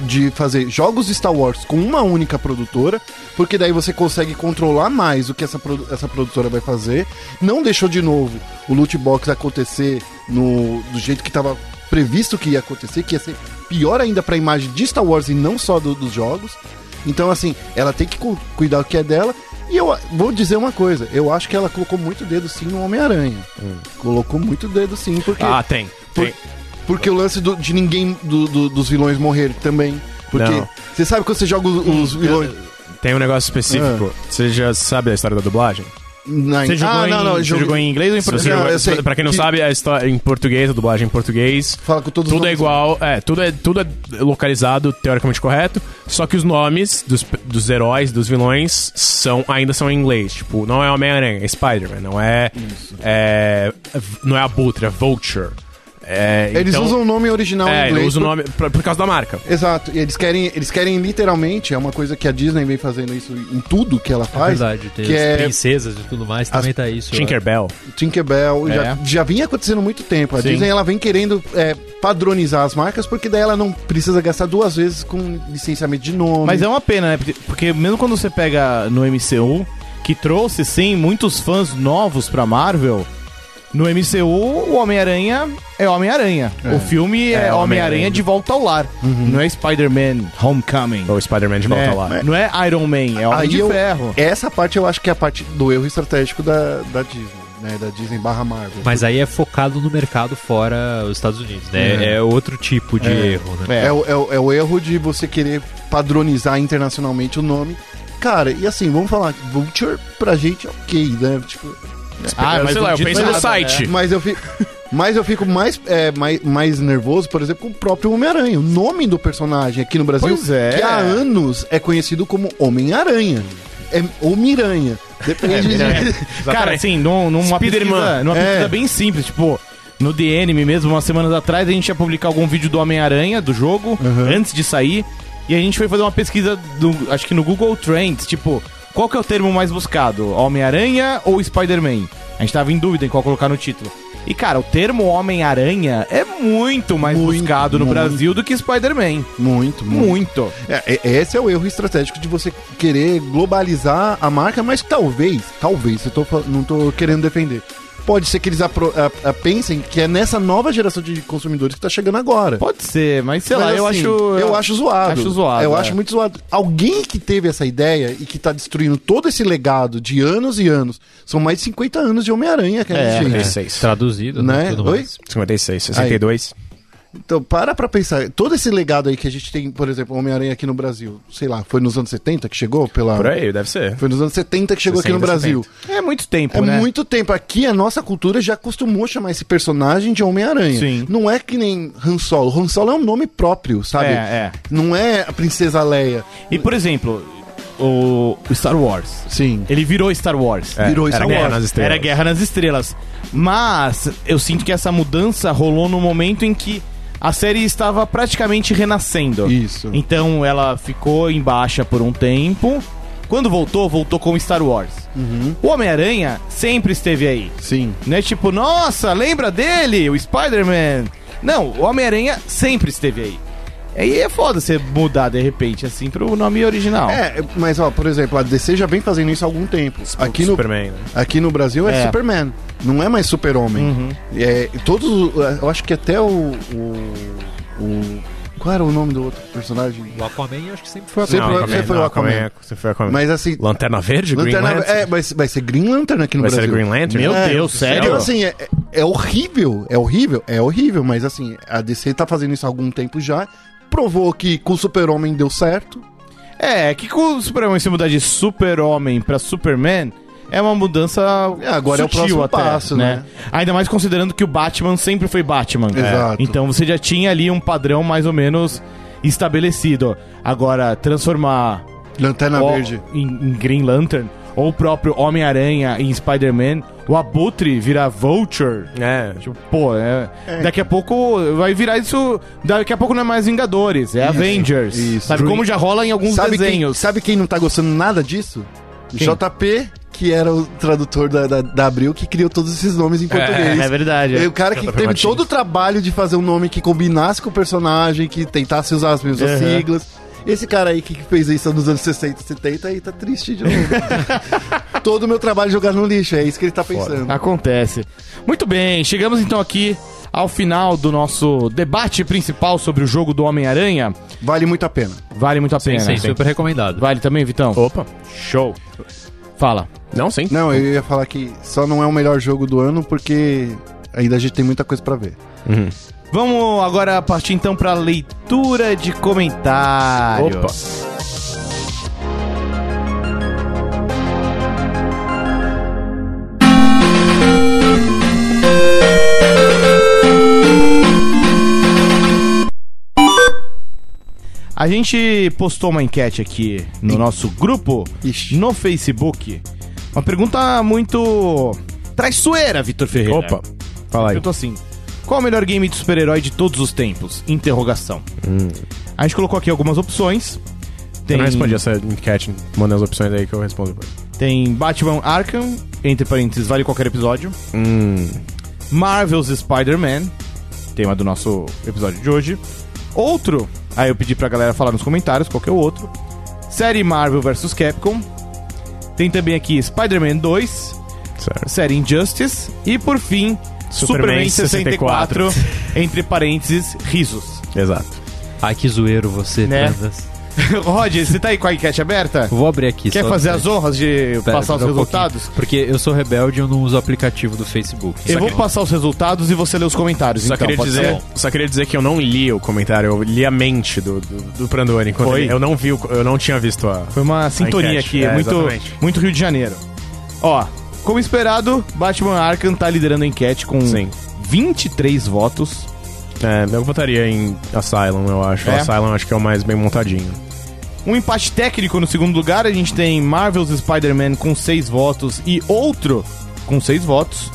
Speaker 2: de fazer jogos de Star Wars com uma única produtora, porque daí você consegue controlar mais o que essa, produ- essa produtora vai fazer. Não deixou de novo o loot box acontecer no, do jeito que estava previsto que ia acontecer, que ia ser pior ainda para a imagem de Star Wars e não só do- dos jogos. Então, assim, ela tem que cu- cuidar o que é dela. E eu a- vou dizer uma coisa: eu acho que ela colocou muito dedo sim no Homem-Aranha. Colocou muito dedo sim, porque.
Speaker 4: Ah, tem.
Speaker 2: É. Por-
Speaker 4: tem.
Speaker 2: Porque o lance do- de ninguém do- do- dos vilões morrer também. Porque
Speaker 4: Não.
Speaker 2: você sabe quando você joga os, os vilões.
Speaker 4: Tem um negócio específico.
Speaker 2: Ah.
Speaker 4: Você já sabe a história da dublagem?
Speaker 2: Na... Ah,
Speaker 1: Você jogou, em, você
Speaker 2: jogo-
Speaker 1: jogou em inglês ou em
Speaker 4: Se você
Speaker 1: português?
Speaker 2: Não,
Speaker 4: jogou-
Speaker 2: eu sei.
Speaker 4: pra quem não
Speaker 2: Que-
Speaker 4: sabe, a história em português, a dublagem é em português.
Speaker 2: Fala com todos os
Speaker 4: Tudo é
Speaker 2: nomes.
Speaker 4: igual, é tudo, é, tudo é localizado teoricamente correto, só que os nomes dos, dos heróis, dos vilões, são, ainda são em inglês. Tipo, não é Homem-Aranha, é Spider-Man, não é, é. Não é Abutre, é Vulture. É,
Speaker 2: Eles
Speaker 4: então-
Speaker 2: usam o nome original
Speaker 4: É,
Speaker 2: em
Speaker 4: ele
Speaker 2: inglês.
Speaker 4: usa o
Speaker 2: por-
Speaker 4: nome por, por causa da marca.
Speaker 2: Exato, e eles querem, eles querem literalmente, é uma coisa que a Disney vem fazendo isso em tudo que ela
Speaker 3: É
Speaker 2: faz.
Speaker 3: verdade, tem
Speaker 2: que
Speaker 3: as
Speaker 2: é-
Speaker 3: princesas e tudo mais, também tá isso. eu
Speaker 4: Tinkerbell.
Speaker 2: Tinkerbell,
Speaker 1: É.
Speaker 2: já, já vinha acontecendo há muito tempo. A
Speaker 1: Sim.
Speaker 2: Disney ela vem querendo é, padronizar as marcas, porque daí ela não precisa gastar duas vezes com licenciamento de nome.
Speaker 1: Mas é uma pena, né? Porque, porque mesmo quando você pega no MCU, que trouxe, sim, muitos fãs novos pra Marvel, No MCU, o Homem-Aranha é Homem-Aranha. O filme é,
Speaker 4: É
Speaker 1: Homem-Aranha
Speaker 4: Homem-Aranha.
Speaker 1: de volta ao lar. Não é Spider-Man Homecoming.
Speaker 4: Ou Spider-Man de volta
Speaker 1: né?
Speaker 4: lá.
Speaker 1: Não é Iron Man, é Homem
Speaker 2: Aí
Speaker 1: de
Speaker 2: eu,
Speaker 1: Ferro.
Speaker 2: essa parte eu acho que é a parte do erro estratégico da, da Disney, né? Da Disney barra Marvel.
Speaker 3: Mas aí é focado no mercado fora os Estados Unidos, né? É, outro tipo de erro, né?
Speaker 2: É, o, é o- é o erro de você querer padronizar internacionalmente o nome. Cara, e assim, vamos falar, Vulture pra gente é ok, né? Tipo, é
Speaker 1: Ah,
Speaker 4: sei lá,
Speaker 1: não
Speaker 4: eu
Speaker 1: diz
Speaker 4: penso no
Speaker 1: nada,
Speaker 4: é site.
Speaker 2: né? mas eu fico. Mas eu fico mais, é, mais, mais nervoso, por exemplo, com o próprio Homem-Aranha. O nome do personagem aqui no Brasil,
Speaker 1: Pois é.
Speaker 2: que há anos é conhecido como Homem-Aranha. É, ou Miranha. Depende de.
Speaker 1: né? Cara, assim, num- numa
Speaker 4: Spider-Man.
Speaker 1: pesquisa, numa
Speaker 2: É.
Speaker 1: pesquisa bem simples, tipo... No The Enemy mesmo, umas semanas atrás, a gente ia publicar algum vídeo do Homem-Aranha, do jogo,
Speaker 2: Uhum.
Speaker 1: antes de sair. E a gente foi fazer uma pesquisa, do, acho que no Google Trends, tipo... Qual que é o termo mais buscado? Homem-Aranha ou Spider-Man? A gente tava em dúvida em qual colocar no título. E, cara, o termo Homem-Aranha é muito mais
Speaker 2: Muito,
Speaker 1: buscado no
Speaker 2: muito.
Speaker 1: Brasil do que Spider-Man.
Speaker 2: Muito, muito.
Speaker 1: Muito.
Speaker 2: É, é- esse é o erro estratégico de você querer globalizar a marca, mas talvez, talvez, eu tô, fal- não tô querendo defender. Pode ser que eles apro- a- a- pensem que é nessa nova geração de consumidores que tá chegando agora.
Speaker 1: Pode ser, mas sei
Speaker 2: Mas,
Speaker 1: lá, eu
Speaker 2: assim,
Speaker 1: acho...
Speaker 2: Eu acho zoado.
Speaker 1: acho zoado,
Speaker 2: Eu
Speaker 1: é.
Speaker 2: acho muito zoado. Alguém que teve essa ideia e que tá destruindo todo esse legado de anos e anos. São mais de 50 anos de Homem-Aranha que a
Speaker 1: É,
Speaker 2: gente.
Speaker 3: Traduzido, né?
Speaker 2: Né?
Speaker 3: Tudo
Speaker 2: Oi?
Speaker 3: mais.
Speaker 4: 56, 62.
Speaker 2: Então, para pra pensar. Todo esse legado aí que a gente tem, por exemplo, Homem-Aranha aqui no Brasil. Sei lá, foi nos anos 70 que chegou? Pela...
Speaker 4: Por aí, deve ser.
Speaker 2: Foi nos anos 70 que chegou aqui no
Speaker 4: 60,
Speaker 2: Brasil.
Speaker 4: 70.
Speaker 1: É muito tempo,
Speaker 2: É
Speaker 1: né?
Speaker 2: muito tempo. Aqui a nossa cultura já acostumou chamar esse personagem de Homem-Aranha.
Speaker 1: Sim.
Speaker 2: Não é que nem Han Solo. Han Solo é um nome próprio, sabe?
Speaker 1: É, é.
Speaker 2: Não é a Princesa Leia.
Speaker 1: E, por exemplo, o o Star Wars.
Speaker 2: Sim.
Speaker 1: Ele virou Star Wars.
Speaker 4: É,
Speaker 2: Virou
Speaker 4: era
Speaker 2: Star
Speaker 4: Guerra
Speaker 2: Wars.
Speaker 4: nas Estrelas.
Speaker 1: Era Guerra nas Estrelas. Mas eu sinto que essa mudança rolou no momento em que a série estava praticamente renascendo.
Speaker 2: Isso.
Speaker 1: Então ela ficou em baixa por um tempo. Quando voltou, voltou com Star Wars.
Speaker 4: Uhum.
Speaker 1: O Homem-Aranha sempre esteve aí.
Speaker 2: Sim.
Speaker 1: Não é tipo, nossa, lembra dele, o Spider-Man. Não, o Homem-Aranha sempre esteve aí. Aí é foda você mudar de repente, assim, pro nome original.
Speaker 2: É, mas ó, por exemplo, a DC já vem fazendo isso há algum tempo. Aqui no,
Speaker 4: Superman, né?
Speaker 2: aqui no Brasil é,
Speaker 1: É.
Speaker 2: Superman, não é mais Super-Homem. É, e todos, o- eu acho que até o, o, o- qual era o nome do outro personagem?
Speaker 3: O Aquaman eu acho que sempre foi
Speaker 2: Sempre
Speaker 4: Não,
Speaker 2: foi-
Speaker 4: Aquaman,
Speaker 2: sempre foi o
Speaker 4: não,
Speaker 2: Aquaman.
Speaker 4: Você foi o Aquaman.
Speaker 2: Mas assim,
Speaker 4: Lanterna Verde?
Speaker 2: Lanterna-
Speaker 4: Green Lantern?
Speaker 2: é, vai, ser- vai ser Green Lantern aqui no
Speaker 4: Vai ser
Speaker 2: Brasil.
Speaker 4: Green Lantern?
Speaker 1: Meu
Speaker 2: É,
Speaker 1: Deus, sério?
Speaker 2: Então, assim, é, é horrível, é horrível, é horrível, mas assim, a DC tá fazendo isso há algum tempo já, provou que com o Super-Homem deu certo.
Speaker 1: É, que com o Superman se mudar de Super-Homem pra Superman é uma mudança
Speaker 2: É, agora é o
Speaker 1: sutil
Speaker 2: próximo
Speaker 1: até,
Speaker 2: passo, né?
Speaker 1: Ainda mais considerando que o Batman sempre foi Batman.
Speaker 2: Exato.
Speaker 1: Então você já tinha ali um padrão mais ou menos estabelecido. Agora, transformar
Speaker 2: Lanterna
Speaker 1: o-
Speaker 2: Verde.
Speaker 1: Em, em Green Lantern ou o próprio Homem-Aranha em Spider-Man, o Abutre vira Vulture.
Speaker 4: É,
Speaker 1: Tipo, pô, é- daqui a pouco vai virar isso. Daqui a pouco não é mais Vingadores, é Avengers.
Speaker 2: isso.
Speaker 1: Sabe como já rola em alguns
Speaker 2: sabe Quem,
Speaker 1: um desenhos.
Speaker 2: sabe quem não tá gostando nada disso? JP, que era o tradutor da, da, da Abril, que criou todos esses nomes em português.
Speaker 1: É verdade.
Speaker 2: É o cara que
Speaker 4: JP
Speaker 2: teve
Speaker 4: Martins.
Speaker 2: todo o trabalho de fazer um nome que combinasse com o personagem, que tentasse usar as mesmas
Speaker 1: Aham.
Speaker 2: siglas. Esse cara aí que que fez isso nos anos 60, 70 aí tá triste de novo. todo o meu trabalho jogado no lixo, é isso que ele tá pensando.
Speaker 1: Acontece. Muito bem, chegamos então aqui ao final do nosso debate principal sobre o jogo do Homem-Aranha.
Speaker 2: Vale muito a pena.
Speaker 1: Vale muito a pena.
Speaker 3: Sim, super recomendado.
Speaker 1: Vale também, Vitão?
Speaker 4: Opa. Show.
Speaker 1: Fala.
Speaker 4: Não, sim.
Speaker 2: Não, eu ia falar que só não é o melhor jogo do ano porque ainda a gente tem muita coisa pra ver.
Speaker 1: Vamos agora partir então para leitura de comentários.
Speaker 4: Opa.
Speaker 1: A gente postou uma enquete aqui no nosso grupo
Speaker 2: Ixi.
Speaker 1: no Facebook. Uma pergunta muito traiçoeira, Vitor Ferreira.
Speaker 4: Opa. Fala aí.
Speaker 1: Eu tô assim. Qual o melhor game de super-herói de todos os tempos? Interrogação. A gente colocou aqui algumas opções. Tem,
Speaker 4: Hum. Eu não respondi essa enquete. Manda as opções aí que eu respondo depois.
Speaker 1: tem Batman Arkham, entre parênteses, vale qualquer episódio.
Speaker 4: Hum.
Speaker 1: Marvel's Spider-Man, tema do nosso episódio de hoje. Outro, aí eu pedi pra galera falar nos comentários qual que é o outro. Série Marvel vs Capcom. Tem também aqui Spider-Man 2,
Speaker 4: Certo.
Speaker 1: série Injustice e, por fim, Superman,
Speaker 4: Superman
Speaker 1: 64, entre parênteses, risos.
Speaker 4: Exato.
Speaker 3: Ai, que zoeiro você,
Speaker 1: Né?
Speaker 3: Tandas.
Speaker 1: Rod, você tá aí com a enquete aberta?
Speaker 3: Vou abrir aqui.
Speaker 1: Quer
Speaker 3: só-
Speaker 1: fazer as honras de
Speaker 3: Pera,
Speaker 1: passar os
Speaker 3: pera um
Speaker 1: resultados?
Speaker 3: pouquinho, porque eu sou rebelde e eu não uso o aplicativo do Facebook.
Speaker 1: Eu vou passar os resultados e você lê os comentários.
Speaker 4: Só,
Speaker 1: então,
Speaker 4: queria
Speaker 1: pode
Speaker 4: dizer,
Speaker 1: ser?
Speaker 4: só queria dizer que eu não li o comentário, eu li a mente do, do, do Prandoni. Quando
Speaker 1: Foi?
Speaker 4: ele- eu não vi, o- eu não tinha visto a.
Speaker 1: Foi uma sintonia
Speaker 4: enquete,
Speaker 1: aqui,
Speaker 4: é,
Speaker 1: muito,
Speaker 4: exatamente.
Speaker 1: muito Rio de Janeiro. Ó, como esperado, Batman Arkham tá liderando a enquete com
Speaker 4: Sim.
Speaker 1: 23 votos.
Speaker 4: É, eu votaria em Asylum, eu acho.
Speaker 1: É?
Speaker 4: O Asylum acho que é o mais bem montadinho.
Speaker 1: Um empate técnico no segundo lugar, a gente tem Marvel's Spider-Man com 6 votos e outro com 6 votos.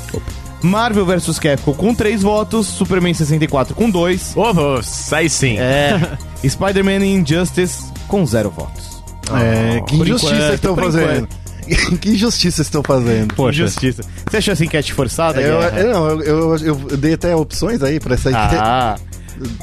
Speaker 1: Marvel vs Capcom com 3 votos, Superman 64 com 2,
Speaker 4: Ô, oh, sai sim.
Speaker 1: é, Spider-Man Injustice com 0 votos.
Speaker 2: É, que
Speaker 1: Por
Speaker 2: injustiça
Speaker 1: enquanto,
Speaker 2: estão
Speaker 1: por
Speaker 2: fazendo. que injustiça estão fazendo.
Speaker 3: Poxa.
Speaker 1: Injustiça. Você achou essa enquete forçada?
Speaker 2: Eu,
Speaker 1: Guerra?
Speaker 2: eu, não, eu, eu- eu dei até opções aí pra essa
Speaker 1: Ah.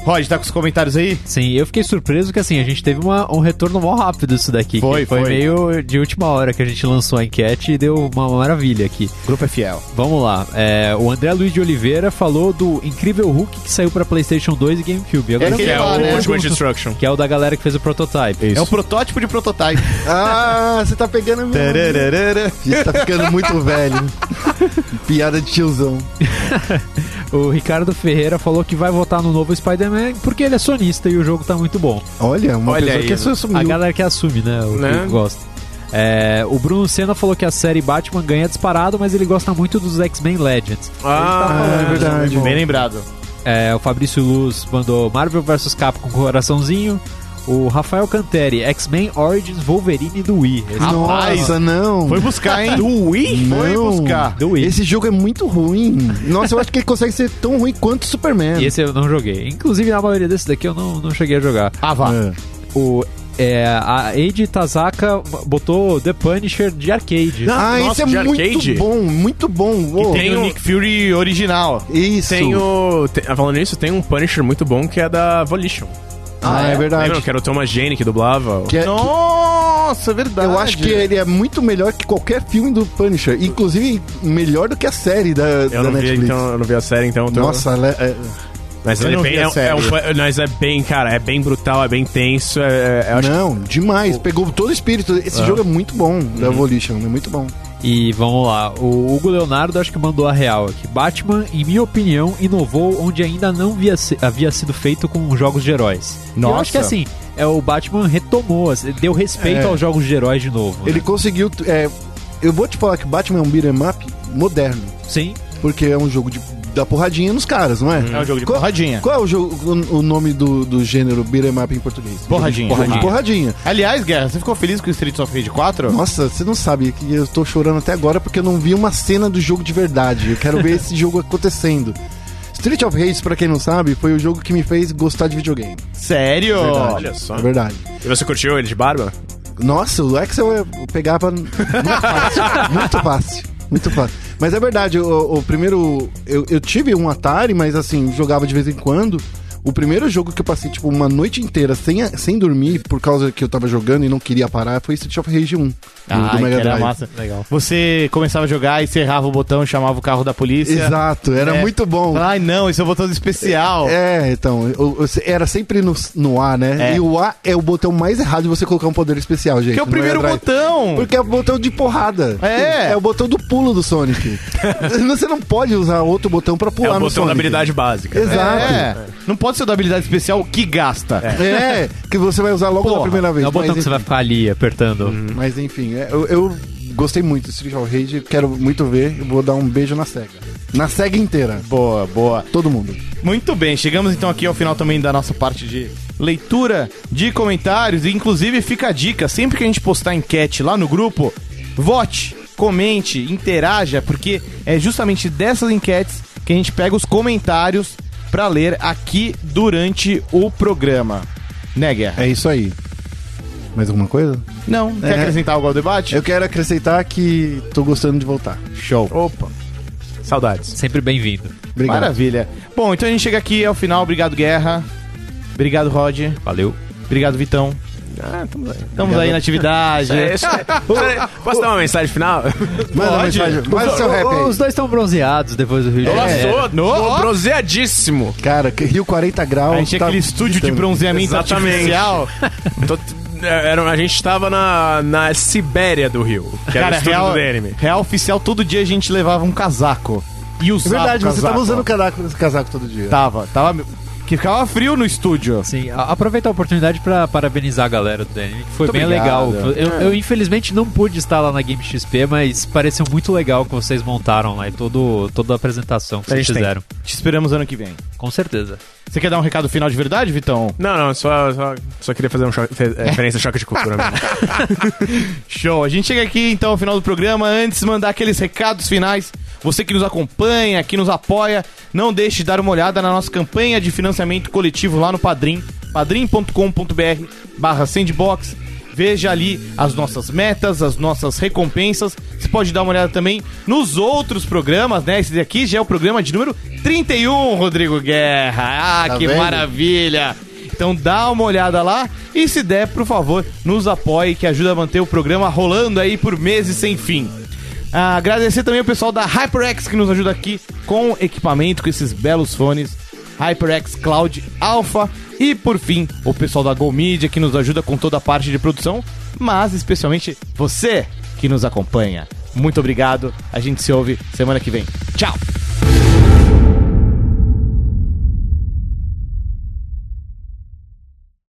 Speaker 1: Rod, tá com os comentários aí?
Speaker 3: Sim, eu fiquei surpreso que assim, a gente teve uma- um retorno mó rápido isso daqui. que
Speaker 1: Foi, foi.
Speaker 3: meio de última hora que a gente lançou a enquete e deu uma maravilha aqui.
Speaker 1: Grupo é fiel.
Speaker 3: Vamos lá. é, o André Luiz de Oliveira falou do incrível Hulk que saiu pra PlayStation 2 e GameCube.
Speaker 1: É
Speaker 3: Agora eu
Speaker 1: aquele
Speaker 4: que é
Speaker 2: tá,
Speaker 1: lá,
Speaker 4: o
Speaker 1: né?
Speaker 4: Ultimate Destruction.
Speaker 3: que é o da galera que fez o prototype.
Speaker 1: É um protótipo de prototype.
Speaker 2: Ah, você tá pegando meu. Você tá ficando muito velho. Piada de tiozão.
Speaker 3: É O Ricardo Ferreira falou que vai votar no novo Spider-Man porque ele é sonista e o jogo tá muito bom.
Speaker 2: Olha, uma
Speaker 4: Olha
Speaker 2: pessoa
Speaker 4: aí,
Speaker 2: que é assumiu.
Speaker 3: A galera que assume, né? O
Speaker 4: Né?
Speaker 3: que gosta. É, o Bruno Senna falou que a série Batman ganha disparado, mas ele gosta muito dos X-Men Legends.
Speaker 4: Ah,
Speaker 2: falando, é verdade.
Speaker 1: Ah, Bem lembrado.
Speaker 3: É, o Fabrício Luz mandou Marvel vs Capcom com coraçãozinho. O Rafael Canteri, X-Men Origins Wolverine do Wii.
Speaker 4: Ah,
Speaker 3: Esse-
Speaker 2: Nossa, não.
Speaker 1: Foi buscar, hein?
Speaker 4: Do Wii?
Speaker 1: Foi
Speaker 2: Não.
Speaker 1: buscar.
Speaker 3: Do Wii.
Speaker 2: Esse jogo é muito ruim. Nossa, eu acho que ele consegue ser tão ruim quanto Superman.
Speaker 3: E esse eu não joguei. Inclusive, na maioria desses daqui eu não, não cheguei a jogar.
Speaker 1: Ah, vá.
Speaker 2: É.
Speaker 3: O, é, a Eiji Tazaka botou The Punisher de arcade.
Speaker 2: Ah,
Speaker 4: Nossa,
Speaker 2: esse é
Speaker 4: de
Speaker 2: muito
Speaker 4: arcade?
Speaker 2: bom, muito bom. Uou.
Speaker 1: Tem o Nick Fury original.
Speaker 2: Isso.
Speaker 4: Tem o. Tem, ah, falando nisso, tem um Punisher muito bom que é da Volition.
Speaker 2: Ah, é, verdade.
Speaker 4: Lembra que era o Thomas Jane que dublava?
Speaker 2: Que é-
Speaker 1: Nossa, é verdade.
Speaker 2: Eu acho que ele é muito melhor que qualquer filme do Punisher. Inclusive, melhor do que a série da,
Speaker 4: Eu
Speaker 2: é da
Speaker 4: não, vi,
Speaker 2: Netflix.
Speaker 4: então, eu não vi a série, então. eu tô-
Speaker 2: Nossa, le- é-
Speaker 4: mas
Speaker 1: eu
Speaker 4: ele
Speaker 1: não
Speaker 4: é
Speaker 1: vi
Speaker 4: bem,
Speaker 1: a
Speaker 4: é, é um-
Speaker 1: série.
Speaker 4: mas é bem, cara, é bem brutal, é bem tenso. É, é- eu acho Ah.
Speaker 2: não, demais. Pegou todo o espírito. Esse jogo é muito bom,
Speaker 4: Uhum.
Speaker 2: da Evolution. É muito bom.
Speaker 3: E vamos lá, o Hugo Leonardo acho que mandou a real aqui. Batman, em minha opinião, inovou onde ainda não via se- havia sido feito com jogos de heróis. E Eu
Speaker 1: Nossa.
Speaker 3: acho que assim, é o Batman retomou, assim, deu respeito
Speaker 2: É.
Speaker 3: aos jogos de heróis de novo.
Speaker 2: Ele
Speaker 3: né?
Speaker 2: conseguiu... é, eu vou te falar que Batman é um beat'em up moderno.
Speaker 3: Sim,
Speaker 2: Porque é um jogo de, da porradinha nos caras, não é?
Speaker 1: É
Speaker 4: Uhum.
Speaker 1: um jogo de
Speaker 2: Qual-
Speaker 1: porradinha.
Speaker 2: Qual é o, jogo, o, o nome do, do gênero beat'em up em português?
Speaker 1: Porradinha.
Speaker 2: Jogo de
Speaker 1: Porradinha.
Speaker 2: porradinha.
Speaker 1: Aliás, Guerra, você ficou feliz com o Streets of Rage 4?
Speaker 2: Nossa, você não sabe que eu tô chorando até agora porque eu não vi uma cena do jogo de verdade. Eu quero ver esse jogo acontecendo. Street of Rage, pra quem não sabe, foi o jogo que me fez gostar de videogame.
Speaker 1: Sério?
Speaker 2: Verdade.
Speaker 4: Olha só.
Speaker 2: É verdade.
Speaker 4: E você curtiu ele de barba?
Speaker 2: Nossa, o Axel eu pegava muito fácil. muito fácil. Muito fácil. Mas é verdade, o, o primeiro. Eu, eu tive um Atari, mas assim, jogava de vez em quando. O primeiro jogo que eu passei, tipo, uma noite inteira sem, sem dormir, por causa que eu tava jogando e não queria parar, foi Street of Rage 1. do-
Speaker 1: Ah, que era massa.
Speaker 3: legal.
Speaker 1: Você começava a jogar e você errava o botão, chamava o carro da polícia.
Speaker 2: Exato, era
Speaker 1: É.
Speaker 2: muito bom.
Speaker 1: Ai, não, esse é o botão especial.
Speaker 2: É, então, eu- eu- era sempre no, no A, né?
Speaker 1: É.
Speaker 2: E o A é o botão mais errado de você colocar um poder especial, gente.
Speaker 1: que é o
Speaker 2: no Mega
Speaker 1: primeiro
Speaker 2: Drive.
Speaker 1: botão.
Speaker 2: Porque é o botão de porrada.
Speaker 1: É.
Speaker 2: É o botão do pulo do Sonic. você não pode usar outro botão pra
Speaker 4: É
Speaker 2: pular
Speaker 4: o
Speaker 2: no
Speaker 4: botão
Speaker 2: Sonic.
Speaker 4: da habilidade básica. né?
Speaker 2: Exato.
Speaker 1: É. Não pode ser o da habilidade especial que gasta.
Speaker 2: É, que você vai usar logo
Speaker 1: Porra,
Speaker 2: na primeira vez.
Speaker 3: não é o botão
Speaker 2: mas,
Speaker 3: que você vai ficar ali apertando.
Speaker 2: mas enfim, é, eu, eu gostei muito do Street of Rage, quero muito ver. Eu vou dar um beijo na SEGA. Na SEGA inteira.
Speaker 1: Boa, boa.
Speaker 2: Todo mundo.
Speaker 1: Muito bem, chegamos então aqui ao final também da nossa parte de leitura de comentários. E inclusive fica a dica: sempre que a gente postar enquete lá no grupo, vote, comente, interaja, porque é justamente dessas enquetes que a gente pega os comentários pra ler aqui durante o programa. Né, Guerra?
Speaker 2: É isso aí. Mais alguma coisa?
Speaker 1: Não, quer
Speaker 2: É.
Speaker 1: acrescentar algo ao debate?
Speaker 2: Eu quero acrescentar que tô gostando de voltar.
Speaker 1: Show.
Speaker 4: Opa. Saudades.
Speaker 3: Sempre bem-vindo.
Speaker 2: Obrigado.
Speaker 1: Maravilha. Bom, então a gente chega aqui ao final. Obrigado, Guerra. Obrigado, Rod.
Speaker 3: Valeu.
Speaker 1: Obrigado, Vitão.
Speaker 4: Ah, estamos aí.
Speaker 1: Estamos aí na atividade.
Speaker 4: É, isso aí. Posso dar uma mensagem final?
Speaker 2: Manda
Speaker 1: Pode.
Speaker 2: mensagem. Manda
Speaker 3: Os-
Speaker 2: seu rap aí.
Speaker 3: Os dois estão bronzeados depois do Rio de
Speaker 4: Nossa,
Speaker 3: Janeiro.
Speaker 4: é.
Speaker 1: No-
Speaker 4: bronzeadíssimo.
Speaker 2: Cara, que Rio 40 graus.
Speaker 1: A gente tinha
Speaker 2: tá
Speaker 1: aquele estúdio de
Speaker 2: visitando.
Speaker 1: bronzeamento
Speaker 4: Exatamente.
Speaker 1: artificial.
Speaker 4: Tô- é, era- um, a gente tava na, na Sibéria do Rio, que era
Speaker 1: Cara,
Speaker 4: o estúdio
Speaker 1: real,
Speaker 4: do anime.
Speaker 1: real oficial, todo dia a gente levava um casaco. E
Speaker 2: É
Speaker 1: usava
Speaker 2: verdade,
Speaker 1: o
Speaker 2: você tava
Speaker 1: casaco.
Speaker 2: usando casaco, casaco todo dia.
Speaker 1: Tava, tava... Que ficava frio no estúdio.
Speaker 3: Sim, a- aproveito a oportunidade pra parabenizar a galera do DNM, que foi
Speaker 2: Muito
Speaker 3: bem
Speaker 2: obrigado. É.
Speaker 3: legal. Eu, eu, infelizmente não pude estar lá na Game XP, mas pareceu muito legal o que vocês montaram lá e todo, toda a apresentação que
Speaker 4: A
Speaker 3: vocês
Speaker 4: gente tem.
Speaker 3: fizeram.
Speaker 1: Te esperamos ano que vem.
Speaker 3: Com certeza.
Speaker 1: Você quer dar um recado final de verdade, Vitão?
Speaker 4: Não, não, só, só, só queria fazer um uma é, referência a choque de cultura mesmo.
Speaker 1: Show. A gente chega aqui então ao final do programa. Antes de mandar aqueles recados finais, você que nos acompanha, que nos apoia, não deixe de dar uma olhada na nossa campanha de financiamento coletivo lá no Padrim, padrim.com.br barra sandbox. Veja ali as nossas metas, as nossas recompensas. Você pode dar uma olhada também nos outros programas, né? Esse daqui já é o programa de número 31, Rodrigo Guerra. Ah,
Speaker 2: Tá
Speaker 1: que
Speaker 2: vendo?
Speaker 1: maravilha! Então dá uma olhada lá e se der, por favor, nos apoie que ajuda a manter o programa rolando aí por meses sem fim. Ah, agradecer também o pessoal da HyperX que nos ajuda aqui com equipamento, com esses belos fones. HyperX Cloud Alpha e por fim o pessoal da Go Media que nos ajuda com toda a parte de produção, mas especialmente você que nos acompanha. Muito obrigado, a gente se ouve semana que vem. Tchau!